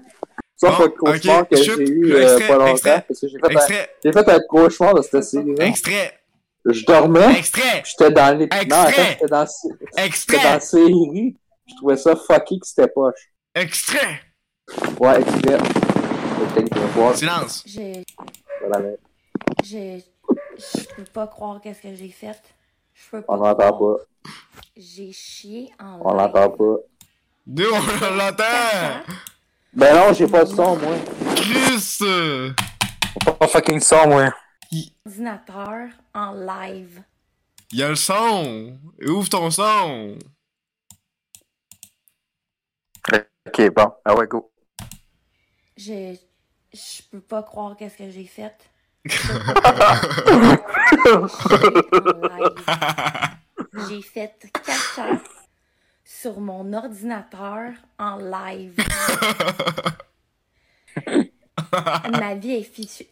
B: Sauf
A: Bon,
B: le cauchemar
A: ok,
B: que
A: chut,
B: j'ai eu
A: le
B: euh,
A: extrait,
B: pas longtemps,
A: extrait,
B: parce que j'ai fait, un-
A: Extrait!
B: j'ai fait un cauchemar de cette série
A: Extrait!
B: Je dormais,
A: Extrait!
B: j'étais dans l'épisode, non, en
A: Extrait.
B: fait, j'étais dans, j'étais dans la
A: Extrait!
B: série, je trouvais ça fucky que c'était poche.
A: Extrait!
B: Ouais, extrait. C'était une voir,
A: Silence!
C: J'ai.
B: voilà, mais
C: J'ai. Je peux pas croire qu'est-ce que j'ai fait. Je peux pas.
B: on l'entend
C: croire.
B: pas,
C: J'ai chié en
B: on
C: l'air.
B: l'entend pas.
A: Nous, on l'entend!
B: Ben non, j'ai pas de son, moi.
A: Chris! euh,
B: J'ai pas fucking son, moi.
C: Ordinateur en live.
A: Il y a le son! Ouvre ton son!
B: Ok, bon. Ah ouais, go.
C: J'ai. Je peux pas croire qu'est-ce que j'ai fait. En live. J'ai fait caca sur mon ordinateur en live. Ma vie est fichue.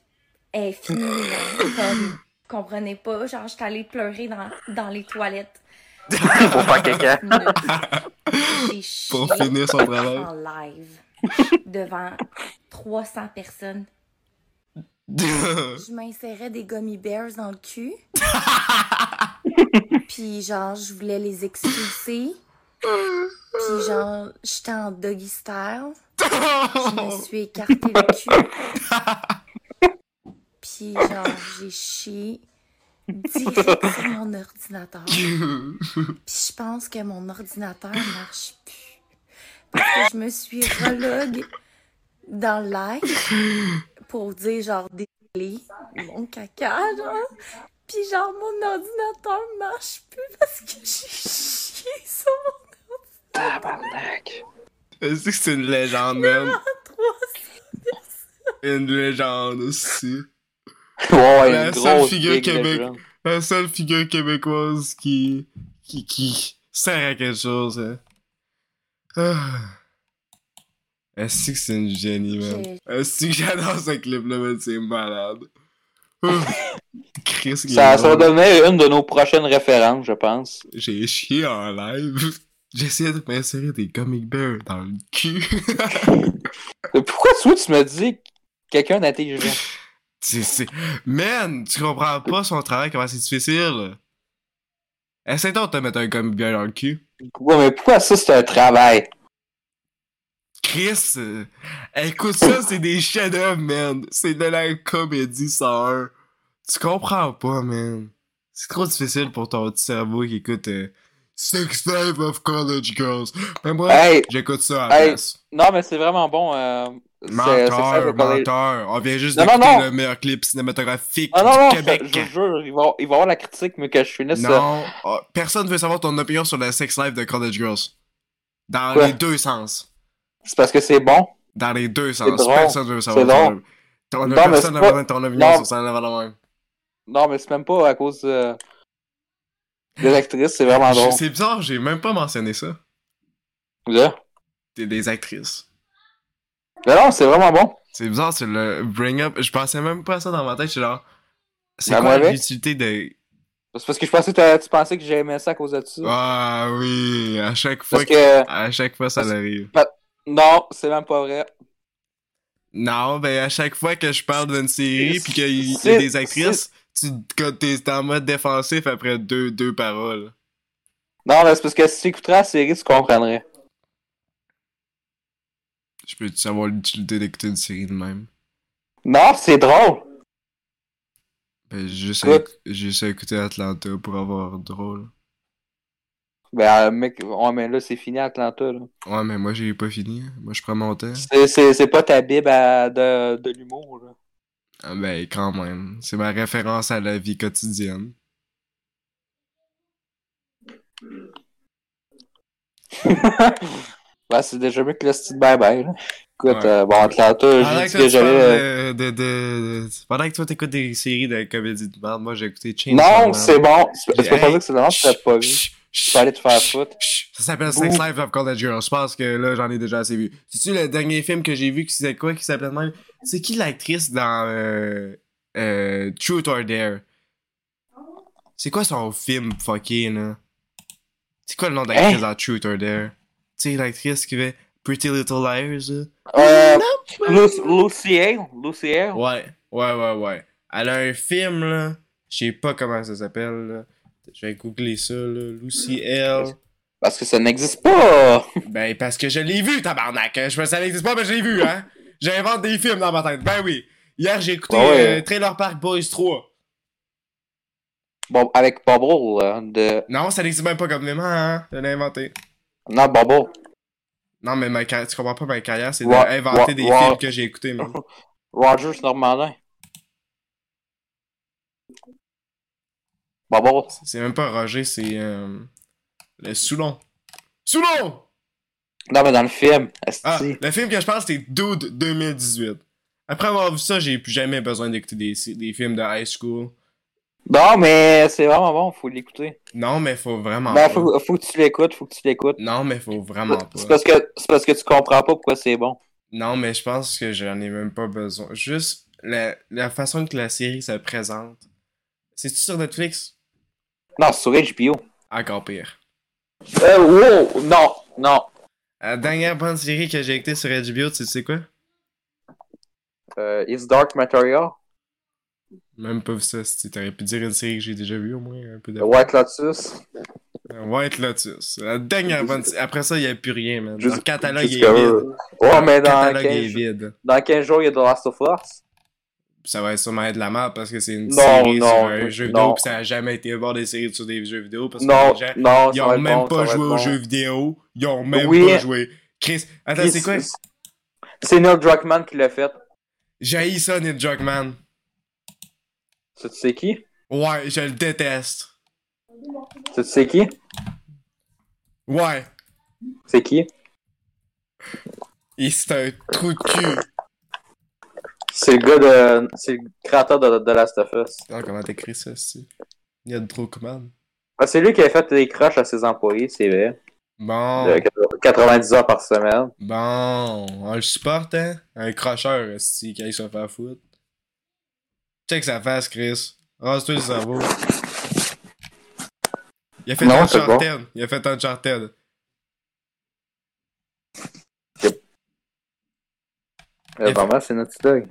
C: Est finie. là. Comme, comprenez pas. Genre, je suis allée pleurer dans, dans les toilettes.
B: Pour faire quelqu'un.
C: J'ai chié
A: Pour finir son travail.
C: en live devant 300 personnes. Je m'insérais des gummy bears dans le cul. Puis genre, je voulais les expulser. Puis genre, j'étais en doggy style. Je me suis écarté le cul. Puis genre, j'ai chié direct sur mon ordinateur. Puis je pense que mon ordinateur marche plus. Parce que je me suis relogue dans le live pour dire genre désolé, mon caca, genre. Puis genre mon ordinateur marche plus parce que j'ai chié sur mon
B: Tabarnak.
A: Est-ce que c'est une légende, même?
C: endroit.
A: Une légende aussi.
B: Ouais,
A: La
B: une
A: seule
B: grosse
A: figure
B: big
A: Québec.
B: légende.
A: La seule figure québécoise qui. qui. qui sert à quelque chose, hein. Ah. Est-ce que c'est une génie, man?
C: J'ai-
A: Est-ce que j'adore ce clip-là, man? C'est malade. Chris, qu'il est
B: Ça, ça va
A: drôle.
B: devenir une de nos prochaines références, je pense.
A: J'ai chié en live. J'essayais de m'insérer des comic bears dans le cul.
B: Mais Pourquoi toi tu me dis quelqu'un d'intelligent?
A: C'est, c'est... Man, tu comprends pas son travail, comment c'est difficile. Essaye donc de te mettre un comic bear dans le cul.
B: Ouais, mais pourquoi ça c'est un travail?
A: Chris, euh, écoute ça, c'est des chefs-d'œuvre, man. C'est de la comédie 101. Tu comprends pas, man. C'est trop difficile pour ton petit cerveau qui écoute euh, Sex Life of College Girls. Mais moi,
B: Hey,
A: j'écoute ça à la
B: Hey,
A: place.
B: non, mais c'est vraiment bon. Euh, c'est- c'est ça, je vais
A: Menteur,
B: parler-
A: menteur. On vient juste
B: Non, non,
A: d'écouter
B: non.
A: le meilleur clip cinématographique
B: Ah non, non,
A: du
B: je,
A: Québec.
B: je jure, il va, il va avoir la critique, mais que je finisse. euh,
A: Non, oh, personne veut savoir ton opinion sur la sex life de College Girls. Dans
B: Quoi?
A: les deux sens.
B: C'est parce que c'est bon.
A: Dans les deux sens.
B: drôle.
A: Personne veut savoir
B: C'est
A: ton
B: drôle.
A: opinion. Ton,
B: Non, mais c'est
A: personne n'a
B: pas-
A: besoin de ton opinion
B: Non.
A: sur ça. Avant de même.
B: Non, mais c'est même pas à cause euh, des actrices, c'est vraiment
A: Je-
B: Ah, drôle.
A: C'est bizarre, j'ai même pas mentionné ça.
B: Là.
A: Des, des actrices.
B: Mais non, c'est vraiment bon.
A: C'est bizarre, c'est le bring up. Je pensais même pas à ça dans ma tête. J'étais genre. C'est
B: Ben, moi,
A: quoi
B: avec.
A: l'utilité de.
B: C'est parce que je pensais que t'as- tu pensais que j'aimais ça à cause de ça.
A: Ah oui, à chaque fois,
B: parce que.
A: à chaque fois ça
B: Parce-
A: arrive.
B: Non, c'est même pas vrai.
A: Non, ben à chaque fois que je parle d'une série
B: C'est-
A: puis qu'il y- y a
B: c'est-
A: des actrices, tu que t'es en mode défensif après deux, deux paroles.
B: Non, mais c'est parce que si tu écouterais la série, tu comprendrais.
A: Je peux savoir l'utilité d'écouter une série de même.
B: Non, c'est drôle.
A: Ben j'ai juste,
B: Quoi?
A: à, j'ai juste à écouter Atlanta pour avoir drôle.
B: Ben, euh, mec, on, mais là, c'est fini à Atlanta. là.
A: Ouais, mais moi j'ai pas fini. Moi je prends mon temps.
B: C'est- C'est c'est pas ta bible à- de, de l'humour. là.
A: Ah, ben quand même. C'est ma référence à la vie quotidienne.
B: Ben, c'est déjà mieux que le style bye-bye. là. Écoute,
A: Ouais.
B: euh, bon, Atlanta,
A: Pendant
B: j'ai
A: que,
B: dit
A: toi,
B: que
A: tu parles
B: j'allais. euh,
A: de, de, de- de- pendant que toi t'écoutes des séries de comédie de merde, moi j'ai écouté Chainsaw
B: Non,
A: Man.
B: c'est bon. Tu peux
A: J'ai-
B: tu peux pas
A: hey,
B: dire que c'est normal, tu l'as pas vu.
A: Chut,
B: Tu peux aller te faire
A: chut,
B: foutre.
A: Chut, Ça s'appelle Sex
B: Ouh.
A: Life of College Girls. Je pense que là, j'en ai déjà assez vu. C'est-tu le dernier film que j'ai vu qui s'appelait quoi, qui s'appelait de même? C'est qui l'actrice dans euh, euh, Truth or Dare? C'est quoi son film fucké, là? C'est quoi le nom d'actrice
B: Hein?
A: dans Truth or Dare? Tu sais, l'actrice qui fait Pretty Little Liars, là?
B: Euh, Lu- Lucy Hale? Lucy Hale?
A: Ouais, ouais, ouais, ouais. Elle a un film, là. Je sais pas comment ça s'appelle, là. Je vais googler ça, là. Lucy L.
B: Parce que ça n'existe pas!
A: Ben, parce que je l'ai vu, tabarnak. hein. Je me savais que c'est pas, mais je l'ai vu, hein. J'invente des films dans ma tête. Ben oui. Hier, j'ai écouté
B: Ah ouais.
A: euh, Trailer Park Boys 3.
B: Bon, avec Bubble, là, de...
A: Non, ça n'existe même pas comme vraiment, hein. Je l'ai inventé.
B: Non, Bubble.
A: Non, mais ma carrière, tu comprends pas ma carrière, c'est
B: Ouais,
A: d'inventer
B: ouais,
A: des
B: ouais.
A: films que j'ai écoutés, man.
B: Rogers Normandin. Bubble.
A: C'est même pas Roger, c'est. euh, le Soulon. Soulon!
B: Non, mais dans le film. esti.
A: Ah, le film que je pense, c'est Dude 2018. Après avoir vu ça, j'ai plus jamais besoin d'écouter des, des films de high school.
B: Non, mais c'est vraiment bon, faut l'écouter.
A: Non, mais faut vraiment
B: Ben,
A: pas.
B: faut, faut que tu l'écoutes, faut que tu l'écoutes.
A: Non, mais faut vraiment pas.
B: C'est parce que c'est parce que tu comprends pas pourquoi c'est bon.
A: Non, mais je pense que j'en ai même pas besoin. Juste la, la façon que la série se présente. C'est-tu sur Netflix?
B: Non, c'est sur HBO.
A: Encore pire.
B: Euh, wow! Non, non.
A: La dernière bonne série que j'ai écoutée sur HBO, tu sais quoi?
B: Euh, It's Dark Material.
A: Même pas vu ça, si t'aurais pu dire une série que j'ai déjà vue au moins un peu de.
B: The White Lotus.
A: White Lotus. La dernière bonne série. Après ça, il n'y a plus rien, man.
B: Juste-
A: Le catalogue est
B: Jusque-
A: vide.
B: Ouais,
A: Le
B: mais dans
A: catalogue est
B: 15,
A: vide.
B: dans 15 jours, il y a The Last of Us.
A: Ça va sûrement être de la merde parce que c'est une
B: Non,
A: série sur
B: non,
A: un
B: oui,
A: jeu
B: non.
A: vidéo pis ça a jamais été voir des séries sur des jeux vidéo parce que
B: non,
A: les gens
B: non,
A: Ils
B: Ah, ça va
A: ont
B: être
A: même
B: bon,
A: pas
B: ça va
A: joué
B: être
A: aux
B: bon.
A: jeux vidéo. Ils ont même
B: Oui.
A: pas joué. Chris, attends,
B: Puis
A: c'est quoi?
B: C'est Neil Druckmann qui l'a fait.
A: J'ai ça, Neil Druckmann.
B: Tu sais qui?
A: Ouais, je le déteste.
B: Tu sais qui?
A: Ouais,
B: C'est qui?
A: et c'est un trou de cul.
B: C'est le gars de. C'est le créateur de The Last of Us.
A: Non, Ah, comment t'écris ça, c'est? Il y a Druckmann.
B: Ah, c'est lui qui a fait des crushs à ses employés, c'est vrai.
A: Bon,
B: de 90 heures par semaine.
A: bon, on le supporte, hein? Un crocheur, esti, quand il se fait foutre. Check sa face, Chris. Rase-toi le cerveau. Il a fait
B: Non, c'est
A: Uncharted. Il a fait Uncharted.
B: Euh, Vraiment, c'est Naughty Dog.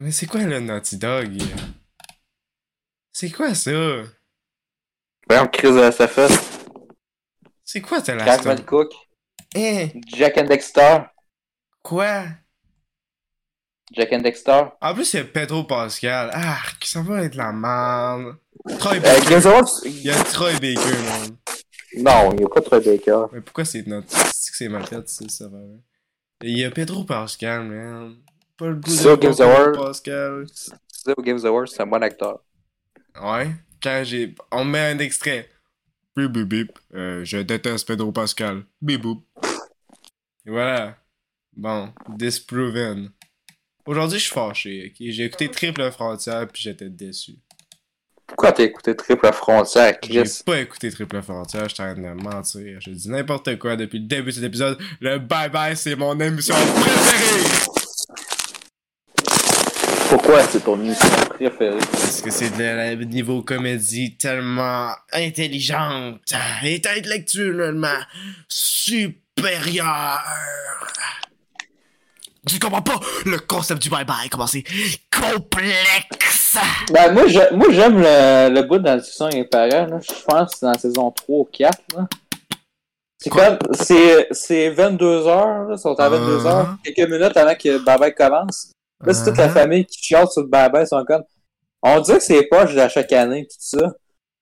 A: Mais c'est quoi le Naughty Dog? C'est quoi ça?
B: Voyons, Chris de la Safette,
A: C'est quoi ta last
B: Cartman Cook,
A: Hein?
B: Jack and Dexter.
A: Quoi?
B: Jack and Dexter.
A: En plus, il y a Pedro Pascal. Ah, ça va être la merde. Troy
B: Euh,
A: Baker.
B: Games of Thrones-
A: Il y a Troy Baker, man.
B: Non, il n'y a pas de Rebecca.
A: Mais pourquoi c'est notre. C'est que c'est ma tête, c'est ça, va. hein? Et Il y a Pedro Pascal, man. Pas le goût
B: Sur
A: de
B: Games
A: voir Pedro
B: Award.
A: Pascal.
B: C'est au Games Awards, c'est un bon acteur.
A: Ouais. Quand j'ai. On met un extrait. Bip, bip, bip. Euh, je déteste Pedro Pascal. Bip, bip. Et voilà. Bon. Disproven. Aujourd'hui, je suis fâché, ok? J'ai écouté Triple Frontière, puis j'étais déçu.
B: Pourquoi t'as écouté Triple Frontière,
A: J'ai
B: Chris?
A: pas écouté Triple Frontière, je suis en train de mentir. Je dis n'importe quoi depuis le début de cet épisode. Le Bye Bye, c'est mon émission préférée!
B: Pourquoi c'est ton émission préférée?
A: Parce que c'est de la la- niveau comédie tellement intelligente et intellectuellement supérieure. Tu comprends pas le concept du Bye Bye, comment c'est complexe!
B: Ben, moi, je- moi, j'aime le, le bout dans la discussion avec les parents, là. Je pense que c'est dans la saison 3 ou 4, là. C'est
A: Quoi?
B: comme, c'est, c'est 22 heures, là. Ils sont à 22
A: Ah.
B: heures. Quelques minutes avant que Baba commence. Là, c'est
A: Uh-huh.
B: toute la famille qui chante sur le Baba. Ils sont comme, on dirait que c'est poche à chaque année, pis tout ça.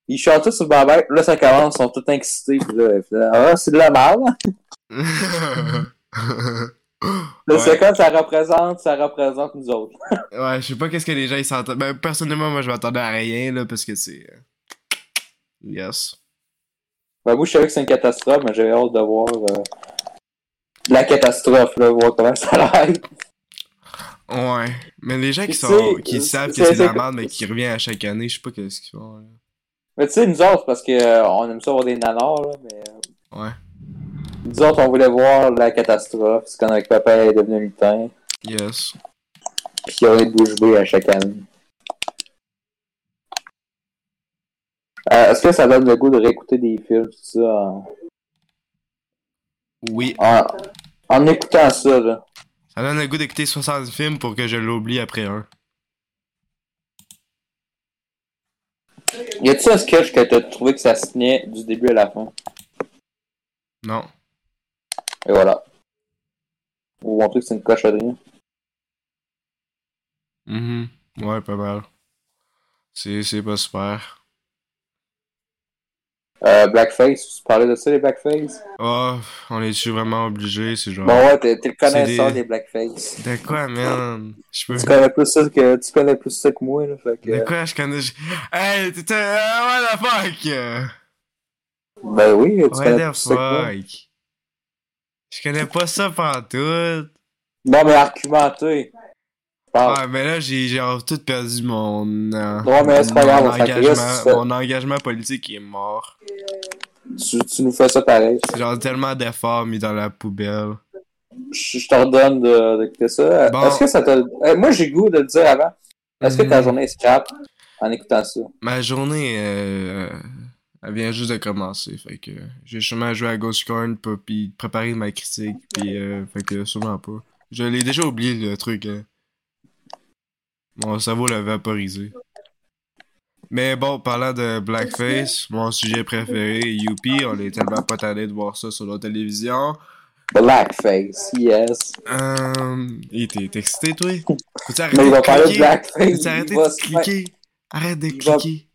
B: Ils chantent tous sur le Baba. Là, ça commence. Ils sont tous excités, pis là, pis là, ah, c'est de la merde. Là,
A: Ouais.
B: c'est comme, ça représente, ça représente nous autres.
A: Ouais, je sais pas qu'est-ce que les gens ils s'entendent. Ben, personnellement, moi, je m'attendais à rien, là, parce que c'est. euh, Yes.
B: Ben, moi, je savais que c'est une catastrophe, mais j'avais hâte de voir euh, la catastrophe, là, voir comment ça a l'air.
A: Ouais. Mais les gens qui
B: Tu
A: sont.
B: sais,
A: qui
B: euh,
A: savent que
B: c'est-
A: c'est de la
B: c'est-
A: merde, mais qui revient à chaque année, je sais pas qu'est-ce qu'ils font, là.
B: Mais tu sais, nous autres, parce que euh, on aime ça voir des nanars, là, mais euh,
A: Ouais.
B: nous autres, on voulait voir la catastrophe, c'est quand avec papa est devenu lutin,
A: Yes.
B: puis il y aurait bouche bée à chaque année. Euh, Est-ce que ça donne le goût de réécouter des films, tout ça, en,
A: Oui.
B: en, en écoutant ça, là?
A: Ça donne le goût d'écouter 60 films pour que je l'oublie après un.
B: Y a-t-il un sketch que t'as trouvé que ça se tenait du début à la fin?
A: Non.
B: Et voilà. Vous montrer que c'est une cochonnerie.
A: Mhm. Ouais, pas mal. C'est c'est pas super.
B: Euh, blackface, tu parlais de ça, les blackface?
A: Oh, on est-tu vraiment obligé, c'est genre.
B: Bon, ouais, t'es, t'es le
A: C'est
B: connaisseur
A: des-
B: des... blackface.
A: De quoi, man? Je peux.
B: Tu connais plus ça que, tu connais plus ça que moi, là, fait que...
A: De quoi, je connais. je- Hey, t'étais. Ah, what the fuck? euh?
B: Ben oui, tu
A: What
B: connais
A: the
B: plus ça que moi.
A: fuck? Je connais pas ça pantoute.
B: Non, mais argumenté. Je parle.
A: Ah, mais là, j'ai j'ai genre tout perdu mon. euh,
B: Ouais, mais c'est pas
A: mon
B: grave, on s'en crisse, c'est-
A: engagement, mon engagement politique est mort.
B: Tu, tu nous fais ça pareil.
A: C'est genre tellement d'efforts mis dans la poubelle.
B: Je, je t'ordonne de, d'écouter ça.
A: Bon.
B: Est-ce que ça t'a... Euh, moi, j'ai le goût de le dire avant. Est-ce que ta
A: Mhm.
B: journée scrap en écoutant ça?
A: Ma journée, euh, elle vient juste de commencer. Fait que j'ai sûrement joué à Ghost Corn pour puis préparer ma critique. Puis, euh, fait que sûrement pas. Je l'ai déjà oublié le truc. Hein. Mon cerveau l'a vaporisé. Mais bon, parlant de Blackface, mon sujet préféré, Youpi, on est tellement pas tanné de voir ça sur la télévision.
B: Blackface, yes.
A: Euh. Et t'es t'es excité, toi? Faut-tu
B: Mais
A: arrêter
B: Ben,
A: de
B: il va parler de
A: cliquer?
B: blackface.
A: Faut-tu arrêter
B: il va
A: de
B: se-
A: cliquer? Arrête de
B: Il va-
A: cliquer.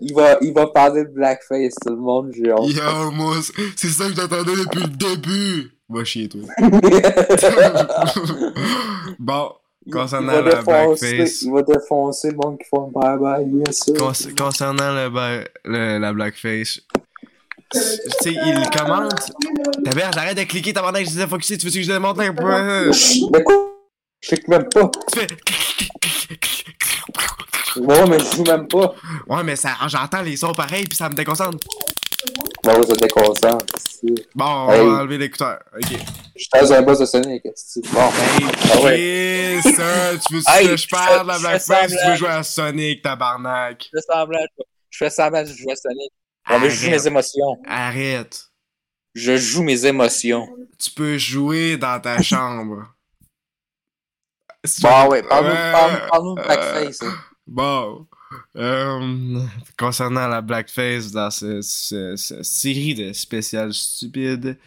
B: Il va, il va parler de blackface, tout le monde, j'ai honte.
A: Yo, moi, c- c'est ça que j'attendais depuis le début! Va chier, toi. bon, Concernant
B: il va
A: la
B: défoncer-
A: blackface.
B: Il va défoncer le monde qui font un bye-bye, bien sûr.
A: con- concernant le ba- le- la blackface, tu sais, il commente. Ta mère, arrête de cliquer, t'as marre que je disais focusé, tu veux que je te montre un point?
B: Mais quoi? Je clique même pas.
A: Tu fais.
B: Ouais, mais je joue même pas.
A: Ouais, mais ça, j'entends les sons pareils, puis ça me déconcentre.
B: Bon, vous êtes des consents, esti.
A: Bon, on
B: Hey.
A: va enlever l'écouteur. Ok.
B: Je suis dans un boss de Sonic, esti. Bon, ah ouais.
A: Hey, Chris, hein, tu veux
B: Hey,
A: que je parle de la
B: je
A: Black
B: fais
A: Face? Tu veux
B: semblant.
A: jouer à Sonic, tabarnak?
B: Je fais semblant, je- je fais semblant de jouer à Sonic. Non, mais je joue mes émotions.
A: Arrête.
B: Je joue mes émotions.
A: Tu peux jouer dans ta chambre. Si tu
B: Bon,
A: veux-
B: Bah ouais, parle-nous
A: Euh,
B: parle-nous- parle-nous de
A: euh,
B: Blackface. hein.
A: Bon. Euh, concernant la blackface dans ce- ce- ce- cette série de spéciales stupides,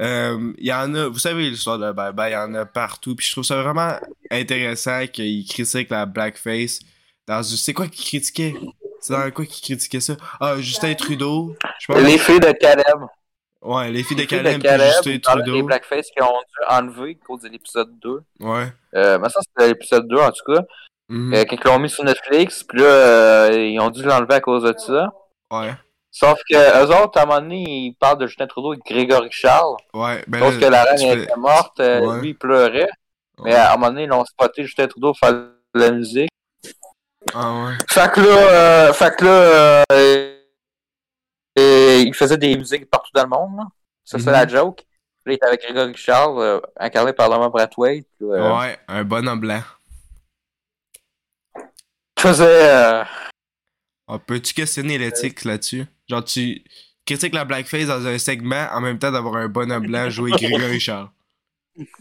A: euh, il y en a, vous savez l'histoire de Bye Bye, il y en a partout. Puis je trouve ça vraiment intéressant qu'ils critiquent la blackface dans du. C'est quoi qu'ils critiquaient C'est dans quoi qu'ils critiquaient ça Ah, Justin Trudeau, je pense.
B: Les filles de Caleb.
A: Ouais, les filles de
B: Les filles
A: Calais, puis Justin
B: Caleb, parle des
A: Trudeau.
B: Blackface qui ont dû enlever à cause de l'épisode 2.
A: Ouais.
B: Euh, mais ça, c'était l'épisode 2 en tout cas.
A: Mhm.
B: Euh, quand ils l'ont mis sur Netflix, puis là, euh, ils ont dû l'enlever à cause de ça.
A: Ouais.
B: Sauf que eux autres, à un moment donné, ils parlent de Justin Trudeau et de Grégory Charles.
A: Ouais. Ben,
B: Sauf que la
A: tu
B: reine
A: peux-
B: était morte, euh,
A: Ouais.
B: lui, il pleurait. Mais
A: Ouais.
B: à un moment donné, ils l'ont spoté Justin Trudeau faire de la musique.
A: Ah ouais.
B: Fait que là, euh, fait que là euh, et- il faisait des musiques partout dans le monde. là. Ça, c'est
A: Mhm.
B: la joke. Là, il était avec Grégory Charles, euh, incarné par Laurent Brathwaite. puis, euh,
A: Ouais, un bonhomme blanc.
B: Il faisait... euh,
A: On peut-tu questionner l'éthique là-dessus? Genre, tu critiques la blackface dans un segment en même temps d'avoir un bonhomme blanc jouer Grégory Charles.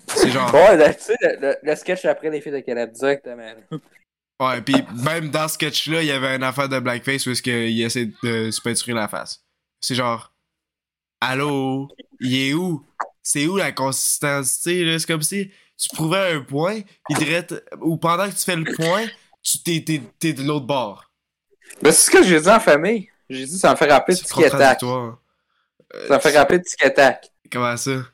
A: C'est genre.
B: Ouais, là, tu sais, le, le- le sketch après les filles de Caleb, directement.
A: Ouais, pis même dans ce sketch-là, il y avait une affaire de blackface où est-ce qu'il essaie de se peinturer la face. C'est genre. Allô? Il est où? C'est où la consistance? tu sais, là? C'est comme si tu prouvais un point, pis direct, ou pendant que tu fais le point, tu t'es, t'es- t'es de l'autre bord.
B: Mais c'est ce que j'ai dit en famille. J'ai dit, ça me fait rappeler Tic Attack.
A: contradictoire.
B: Ça me fait rappeler Tic Attack. Tu
A: Comment ça?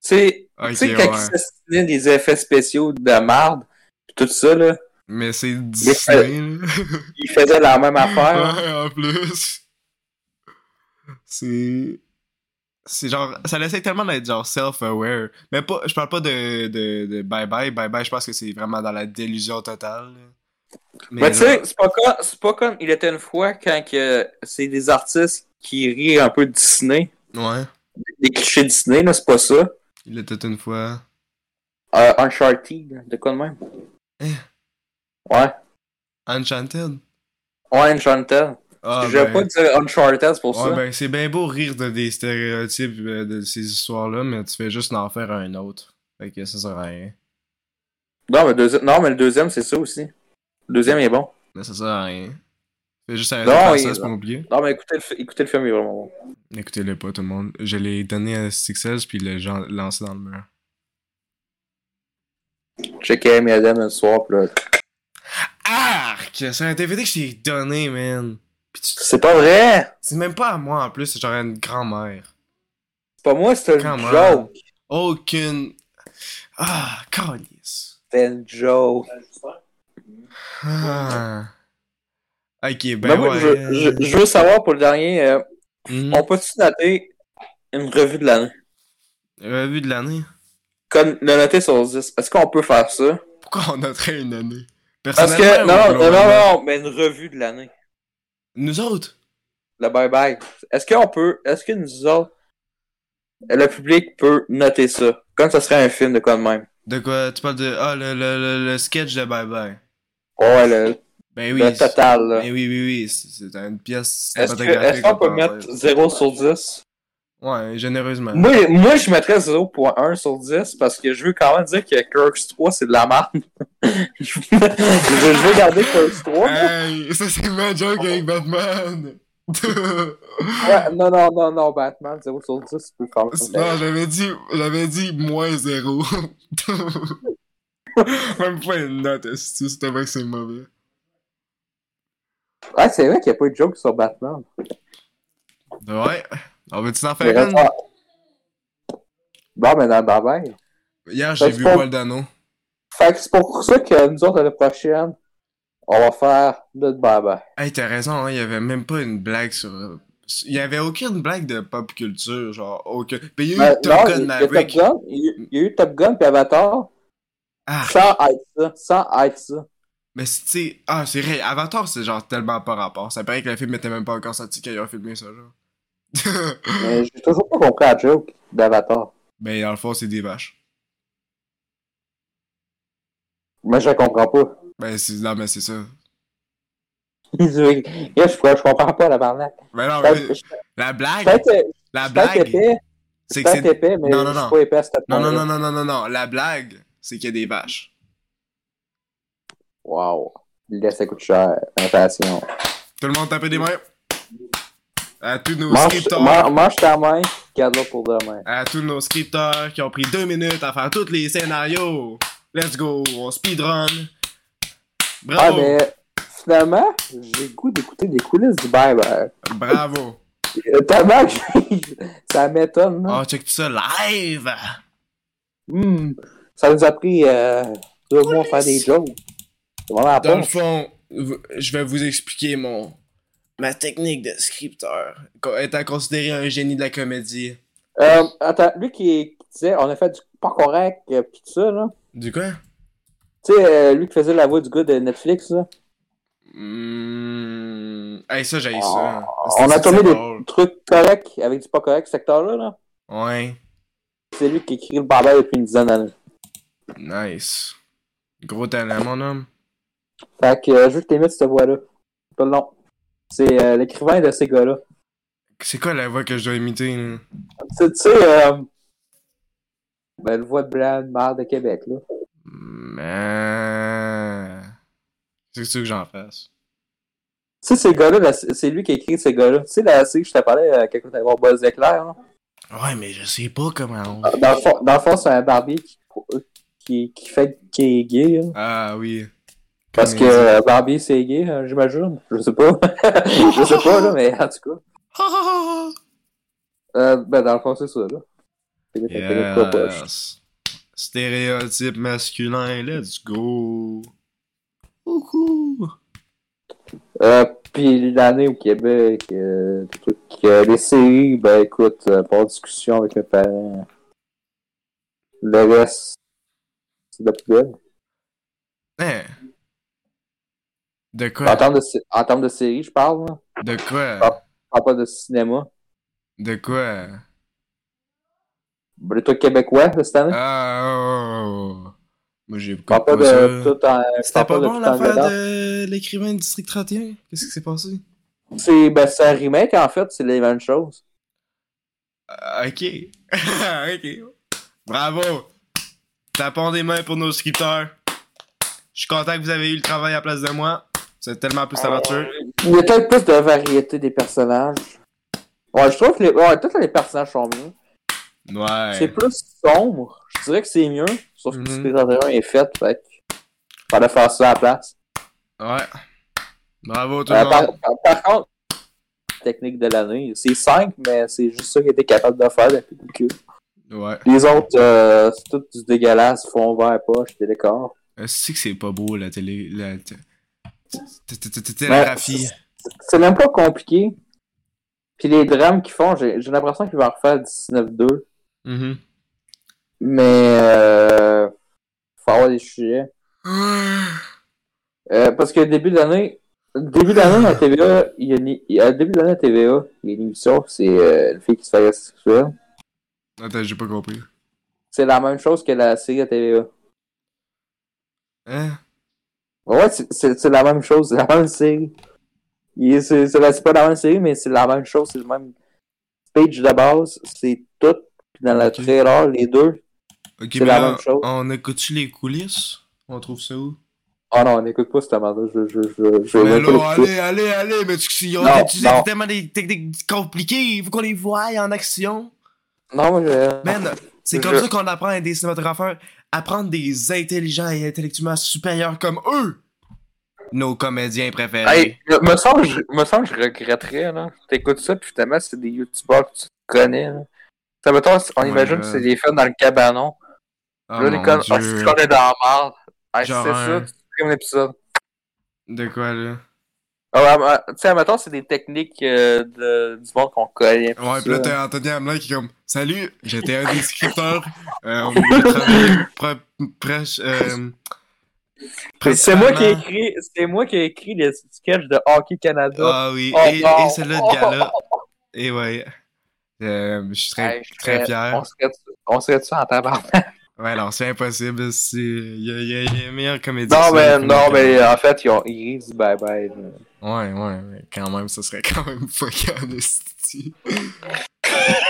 B: sais,
A: Ok,
B: tu sais, quand
A: ouais.
B: ils s'assassinaient des effets spéciaux de marde, pis tout ça, là,
A: Mais c'est Disney, là.
B: ils faisaient la même affaire.
A: Ouais, en plus. C'est. C'est genre. Ça l'essaie tellement d'être genre self-aware. Mais pas. Je parle pas de, de, de Bye Bye. Bye Bye, je pense que c'est vraiment dans la délusion totale. là.
B: Mais, tu sais, c'est pas, comme, c'est pas comme il était une fois quand que c'est des artistes qui rient un peu de Disney,
A: genre, Ouais.
B: des clichés Disney, là, c'est pas ça.
A: Il était une fois.
B: Euh, Uncharted, de quoi de même?
A: Eh.
B: Ouais,
A: Enchanted.
B: ouais, Uncharted.
A: Ah,
B: je vais
A: ben.
B: pas dire Uncharted, c'est pour
A: ouais,
B: ça.
A: ben, c'est bien beau rire de des stéréotypes euh, de ces histoires-là, mais tu fais juste en faire un autre. Fait que ça sert à rien.
B: Non, mais, deuxi- non, mais le deuxième, c'est ça aussi. Le deuxième est bon.
A: Mais ça sert à rien. Fais juste arrêter
B: Non,
A: de faire
B: il-
A: ça, c'est pas compliqué.
B: Non, mais écoutez le, fi- écoutez le film, il est vraiment bon.
A: Écoutez-le pas, tout le monde. Je l'ai donné à Sixels puis le gens- lancé dans le mur.
B: Checkez Amy Adam le soir, pis là.
A: Arc! C'est un DVD que je t'ai donné, man. Puis tu-
B: C'est pas vrai!
A: C'est même pas à moi en plus, c'est genre à une grand-mère.
B: C'est pas moi, c'était
A: Come
B: une
A: on.
B: joke!
A: Aucune. Ah, calice.
B: C'était une joke!
A: Ah. Ok, ben
B: Ben, moi,
A: ouais.
B: je, je- je veux savoir pour le dernier, euh,
A: Mhm.
B: on peut-tu noter une revue de l'année?
A: Revue Euh, de l'année.
B: Comme le noter sur 10. Est-ce qu'on peut faire ça?
A: Pourquoi on noterait une année?
B: Parce que,
A: Personnellement,
B: non,
A: ou
B: non, non,
A: globalement?
B: non, mais une revue de l'année.
A: Nous autres?
B: Le bye-bye. Est-ce qu'on peut, est-ce que nous autres, le public peut noter ça? Comme ça serait un film de quoi de même?
A: De quoi? Tu parles de. Ah, le, le, le, le sketch de Bye Bye.
B: Ouais, le,
A: Ben oui.
B: le
A: c'est-
B: total, là.
A: Mais oui, oui, oui, c'est c'est une pièce
B: Est-ce que-
A: cinématographique.
B: est-ce qu'on peut
A: on
B: mettre
A: parle.
B: 0 sur 10?
A: Ouais, généreusement.
B: Moi, moi je mettrais 0.1 sur 10 parce que je veux quand même dire que Kirk's 3, c'est de la merde. je veux je veux garder Kirk's 3.
A: Hey, ça c'est ma joke avec Batman! non,
B: Ouais, non, non, non, non, Batman, 0 sur 10, tu peux quand même.
A: j'avais dit, j'avais dit moins zéro. Même pas une note, si c'était vrai que c'est mauvais.
B: Ouais, c'est vrai qu'il n'y a pas eu de joke sur Batman.
A: Ouais, on veut-tu en
B: Mais
A: faire une?
B: reste- Bon, mais dans bye bye.
A: Hier, j'ai
B: Reste
A: vu
B: pas-
A: Paul Dano.
B: Fait que c'est pour ça que nous autres, l'année prochaine, on va faire notre bye bye.
A: Hey, t'as raison, hein, il y avait même pas une blague sur. euh, Il y avait aucune blague de pop culture, genre, aucun. Puis il y a eu
B: Ben, non,
A: Top Gun
B: il y a Top
A: Maverick.
B: Gun, il y a- il y a eu Top Gun puis Avatar,
A: Ah,
B: sans être ça, sans être ça.
A: Mais c'est- tu sais, ah, c'est vrai, Avatar, c'est genre tellement pas rapport. Ça paraît que le film était même pas encore sorti quand ils ont filmé ça, genre.
B: Mais j'ai toujours pas compris la joke d'Avatar.
A: ben, dans le fond, c'est des vaches.
B: Mais je la comprends pas.
A: Ben, c'est, non, mais c'est ça.
B: Désolé. Là, je, je comprends pas la barnaque.
A: Ben, non, mais
B: Je suis
A: la blague,
B: peut-être
A: la blague,
B: épais, je
A: c'est
B: suis
A: que c'est.
B: peut-être épais, mais
A: Non, non,
B: je
A: non.
B: suis pas épais à cette
A: Non, non,
B: point-là.
A: non, non, non, non, non. La blague, c'est qu'il y a des vaches.
B: Wow. Là, ça coûte cher. Inflation.
A: Tout le monde tapez des mains. À tous nos
B: Mange,
A: scripteurs.
B: man- mange ta main, garde-la pour demain.
A: À tous nos scripteurs qui ont pris deux minutes à faire tous les scénarios. Let's go, on speedrun.
B: Ah,
A: Bravo,
B: mais finalement, j'ai le goût d'écouter des coulisses du Berber.
A: bravo.
B: Euh, Tellement que ça m'étonne. hein. là.
A: Oh, check tout ça live.
B: Hmm. Ça nous a pris euh, deux mois à faire des jokes. C'est
A: Dans
B: vraiment pas.
A: le fond, v- je vais vous expliquer mon ma technique de scripteur. Co- Étant considéré un génie de la comédie.
B: Euh, attends, lui qui, qui disait on a fait du pas correct euh, pis tout ça, là.
A: Du quoi?
B: Tu sais, euh, lui qui faisait la voix du gars de Netflix, là.
A: Mmh... Hey, ça, j'ai ça.
B: Ah, on a
A: C'est-
B: tourné
A: c'est
B: des
A: drôle.
B: trucs corrects avec du pas correct, ce secteur-là, là.
A: Ouais,
B: C'est lui qui écrit le barbare depuis une dizaine d'années.
A: nice. Gros talent, mon homme.
B: Fait que euh, je veux que t'émettes cette voix-là. C'est Pas le nom. C'est euh, l'écrivain de ces gars-là.
A: C'est quoi la voix que je dois imiter? là?
B: Tu tu sais, euh, ben, le voix de blanc, de marde de Québec, là.
A: Mais... Mmh. Qu'est-ce que tu veux que j'en fasse?
B: Tu sais, ces gars-là, la- c'est lui qui a écrit ces gars-là. Tu sais, la série que je te parlais, euh, quelqu'un t'avait voir Buzz l'éclair, là.
A: Ouais, mais je sais pas comment on...
B: Dans le fond, dans le fond, c'est un barbier qui, qui, qui fait qui est gay. hein.
A: Ah oui.
B: Parce que
A: Comédie.
B: euh, barbier, c'est gay, hein, j'imagine. Je sais pas. je sais pas, là, mais en tout cas. Euh, ben, dans le fond, c'est ça, là. Philippe, Philippe, quoi, poche.
A: Yes. Stéréotype masculin, let's go. Coucou.
B: Euh, puis l'année au Québec, euh, des trucs, euh, les séries, ben écoute, euh, pas de discussion avec mes parents. Le reste, c'est de la poubelle.
A: Hein? De
B: En
A: quoi?
B: termes de, sé- en termes de séries, je parle, là.
A: De
B: Ah.
A: quoi?
B: je parle pas de cinéma.
A: De quoi?
B: Ben, Les trucs québécois de cette année.
A: Ah, oh, oh, oh. Moi, j'ai
B: Je parle pas
A: pas
B: de
A: ça.
B: tout en. je
A: C'était
B: parle
A: pas
B: de
A: bon
B: tout en
A: l'affaire
B: dedans.
A: de l'écrivain du district 31? Qu'est-ce qui s'est passé?
B: C'est ben, c'est un remake en fait, c'est les mêmes choses.
A: Ah, Ok. ok. Bravo. Tapons des mains pour nos scripteurs. Je suis content que vous avez eu le travail à la place de moi. C'est tellement
B: Ah.
A: plus aventure.
B: Il y a peut-être plus de variété des personnages. Ouais, je trouve que les... ouais, tous les personnages sont mieux. C'est
A: Ouais.
B: plus sombre. Je dirais que c'est mieux. Sauf que
A: Mhm.
B: District 31 est fait, fait que fallait faire ça à la place.
A: Ouais. Bravo tout
B: Euh,
A: le
B: par,
A: monde.
B: par- par contre, technique de l'année, c'est 5, mais c'est juste ça qu'il était capable de faire depuis le cul.
A: Ouais.
B: Les autres, euh, c'est tout du dégueulasse, fond vert, poche, télécor.
A: Euh, C'est que c'est pas beau la télé. La t- t- t- t- t- télégraphie.
B: C'est même pas compliqué. Puis les drames qu'ils font, j'ai j'ai l'impression qu'ils vont en refaire 19-2.
A: Mhm.
B: Mais euh, faut avoir des sujets. Ah. Euh, parce que début de l'année, début de l'année à TVA, il y a une, il y a- début de l'année à TVA, il y a une émission, c'est euh, une fille qui se fait agresser sexuelle.
A: Attends, j'ai pas compris.
B: C'est la même chose que la série à TVA.
A: Hein?
B: Ouais, c'est- c'est c'est la même chose, c'est la même série. Il- C'est c'est la- c'est pas la même série, mais c'est la même chose, c'est le même page de base, c'est tout. Puis dans la
A: Ok.
B: trailer, les deux.
A: Ok,
B: C'est
A: mais
B: la
A: là,
B: même chose.
A: on écoute-tu les coulisses? On trouve ça où?
B: Oh non, on n'écoute pas cette amende, je, je, je, je
A: Mais
B: vais pas
A: là,
B: l'écouter.
A: allez, allez, allez, mais tu sais,
B: Non, non.
A: tellement des techniques compliquées, il faut qu'on les voie en action.
B: Non, euh, moi, je...
A: Man, c'est
B: Je-
A: comme ça qu'on apprend à des cinématographes à prendre des intelligents et intellectuellement supérieurs comme eux, nos comédiens préférés.
B: Hey, me- me semble, que je, me semble que je regretterais, là. T'écoutes ça, puis finalement, c'est des youtubeurs que tu connais, là. Ça me tombe, on
A: Oh my
B: imagine
A: God.
B: que c'est des fans dans le cabanon.
A: Oh
B: là, les ah,
A: mon
B: connes,
A: Dieu.
B: on se connaît dans la marde. Hey, si c'est
A: Genre
B: ça,
A: un-
B: tu supprimes l'épisode.
A: De quoi, là?
B: Ah, ouais, mais, tu sais, mettons, c'est des techniques euh, de, du monde qu'on connaît. puis
A: Ouais,
B: ça.
A: pis là, t'as Anthony Hamelin qui est comme « Salut, j'étais un des scripteurs, euh, on voulait travailler pre- prêche- euh,
B: c'est moi qui ai
A: principalement-
B: écrit, c'est moi qui ai écrit les sketchs de Hockey Canada.
A: Ah oui,
B: Oh
A: et,
B: non.
A: et celle-là de gala. Et ouais. Euh, je suis très,
B: Hey, je
A: très
B: serais-
A: fier.
B: On serait, on serait dessus en tabarnak.
A: Ouais, non, c'est impossible. c'est- Il y a, il y a- il y a meilleur comédien.
B: Non,
A: sur
B: mais,
A: le
B: non,
A: film.
B: mais euh, en fait, ils, ont, ils rient du bye-bye. là.
A: Ouais, ouais, mais quand même, ça serait quand même fucking esti.
B: Non,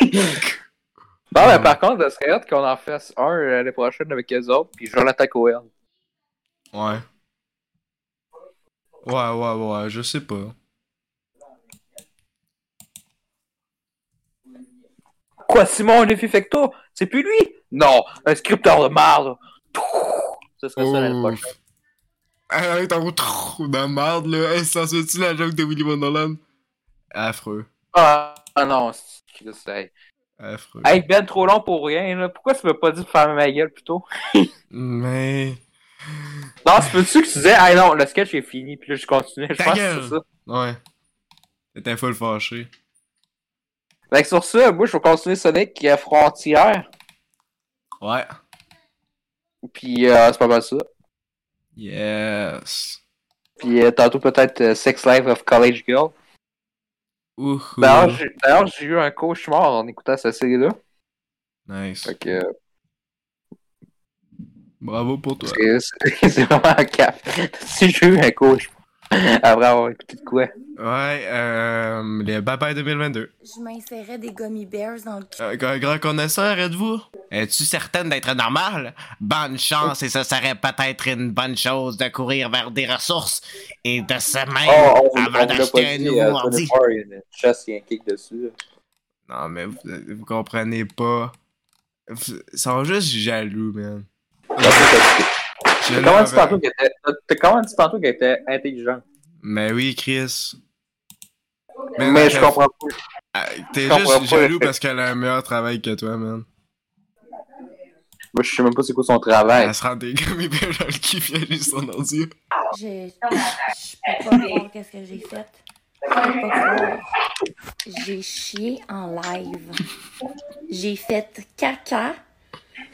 B: mais Bah par contre, ce serait hâte qu'on en fasse un l'année prochaine avec eux autres, puis Jonathan Cohen.
A: Ouais. Ouais, ouais, ouais, je sais pas.
B: Quoi, Simon Léfi Fecto? C'est plus lui? Non, un scripteur de marde. Ce serait ça l'année
A: Oh.
B: prochaine.
A: Arrête, en trop de merde, là. Hey, ça se tu la joke de Willy Wonderland? Affreux.
B: Ah, ah non, c'est- Chris, hey.
A: Affreux.
B: Hey, ben, trop long pour rien, là. Pourquoi tu m'as pas dit de fermer ma gueule plutôt?
A: Mais.
B: Non, c'est peux-tu que tu disais, hey non, le sketch est fini, puis là, je continuais. Je
A: Ta
B: pense que
A: gueule.
B: c'est ça.
A: Ouais. T'étais full fâché.
B: Fait que sur ça, moi, je vais continuer Sonic euh, Frontière,
A: Ouais.
B: puis euh, c'est pas mal ça.
A: Yes.
B: Puis euh, tantôt, peut-être euh, Sex Life of College Girl.
A: Ouh.
B: D'ailleurs, j'ai- D'ailleurs, j'ai eu un cauchemar en écoutant cette série-là.
A: Nice.
B: Fait que euh,
A: Bravo pour toi.
B: c'est- c'est c'est vraiment un cap. si j'ai eu un cauchemar après avoir écouté de quoi.
A: Ben, Ouais, euh, les Bye Bye 2022.
C: Je m'insérais des gummy bears dans le cul.
A: Un grand- Euh, grand connaisseur, êtes-vous? Es-tu certaine d'être normale? Bonne chance, et ce serait peut-être une bonne chose de courir vers des ressources et de se mettre
B: Oh, on, on,
A: avant
B: l'a pas
A: d'acheter un
B: dit,
A: nouveau
B: euh,
A: ordi.
B: Sonic War, il y a une chasse, il y a un kick dessus.
A: Non, mais vous, vous comprenez pas. Vous- Ils sont juste jaloux, man.
B: T'as quand même dit tantôt qu'elle était- t'as quand même dit tantôt qu'elle était intelligente.
A: Mais oui, Chris.
B: Mais,
A: non,
B: je
A: t'as-
B: comprends pas.
A: Ah, T'es
B: je comprends
A: juste
B: pas.
A: jaloux parce qu'elle a un meilleur travail que toi, man.
B: Moi, je sais même pas c'est quoi son travail.
A: Elle se rend des gummy bears dans le cul, puis elle lit son ordi.
C: Je, je peux pas croire qu'est-ce que j'ai fait. Je peux pas croire. J'ai chié en live. J'ai fait caca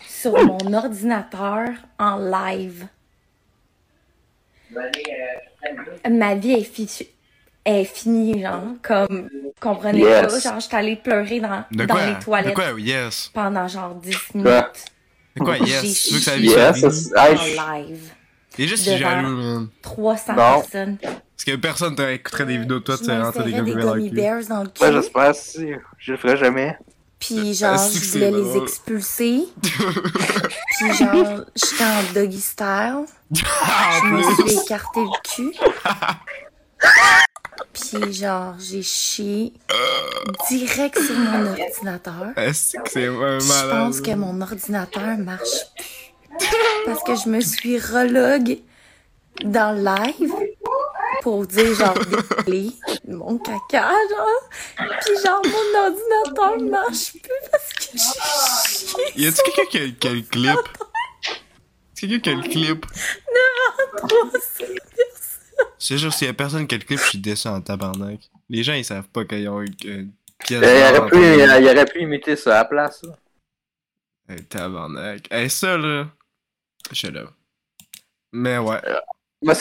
C: sur mon ordinateur en live. Ma vie est, fichu- est finie, genre, comme, comprenez
B: Yes.
C: pas, genre, j'étais allée pleurer dans,
A: De
C: dans
A: quoi?
C: les toilettes
A: De quoi, yes?
C: pendant genre 10 minutes.
B: Quoi?
A: De quoi,
C: J'ai
A: yes? Tu veux que ça Oh
C: chié
A: vive
B: Yes,
A: sa vie?
B: c'est- hey, je-
C: En live.
A: T'es juste
C: Devant-
A: jaloux, man.
C: 300
B: Non.
C: personnes.
A: Parce que personne t'écouterait des vidéos de toi,
C: Je
A: tu sais, rentrer des
C: m'insérais des
A: gummy bears dans le
C: gummy
A: cul.
C: bears dans le cul.
B: Ouais, j'espère si je le ferai jamais.
C: Puis genre,
A: Ah, c'est que
C: je
A: c'est
C: voulais les
A: drôle.
C: expulser. Puis genre, j'étais en doggy style.
A: Ah,
C: Je
A: en
C: me
A: plus!
C: suis écarté le cul. Puis genre, j'ai chié
A: Euh.
C: direct sur mon ordinateur.
A: Est-ce que Ah, c'est vraiment
C: Puis Je
A: malade?
C: pense que mon ordinateur marche plus. Parce que je me suis relog dans le live pour dire genre désolé mon caca genre puis genre mon ordinateur marche plus parce que j'ai chié
A: Y a-tu quelqu'un qui a, qui a le clip? Est-ce quelqu'un qui a le clip? C'est sûr, s'il y a personne qui a le clip, je suis déçu en tabarnak. Les gens, ils savent pas qu'ils ont eu une pièce
B: Il aurait,
A: d'or
B: pu,
A: entre les mains.
B: il aurait pu imiter ça à la place. là.
A: Hey, Eh, tabarnak. Hey, ça, là. Je suis là. Mais ouais.
B: Mais ça,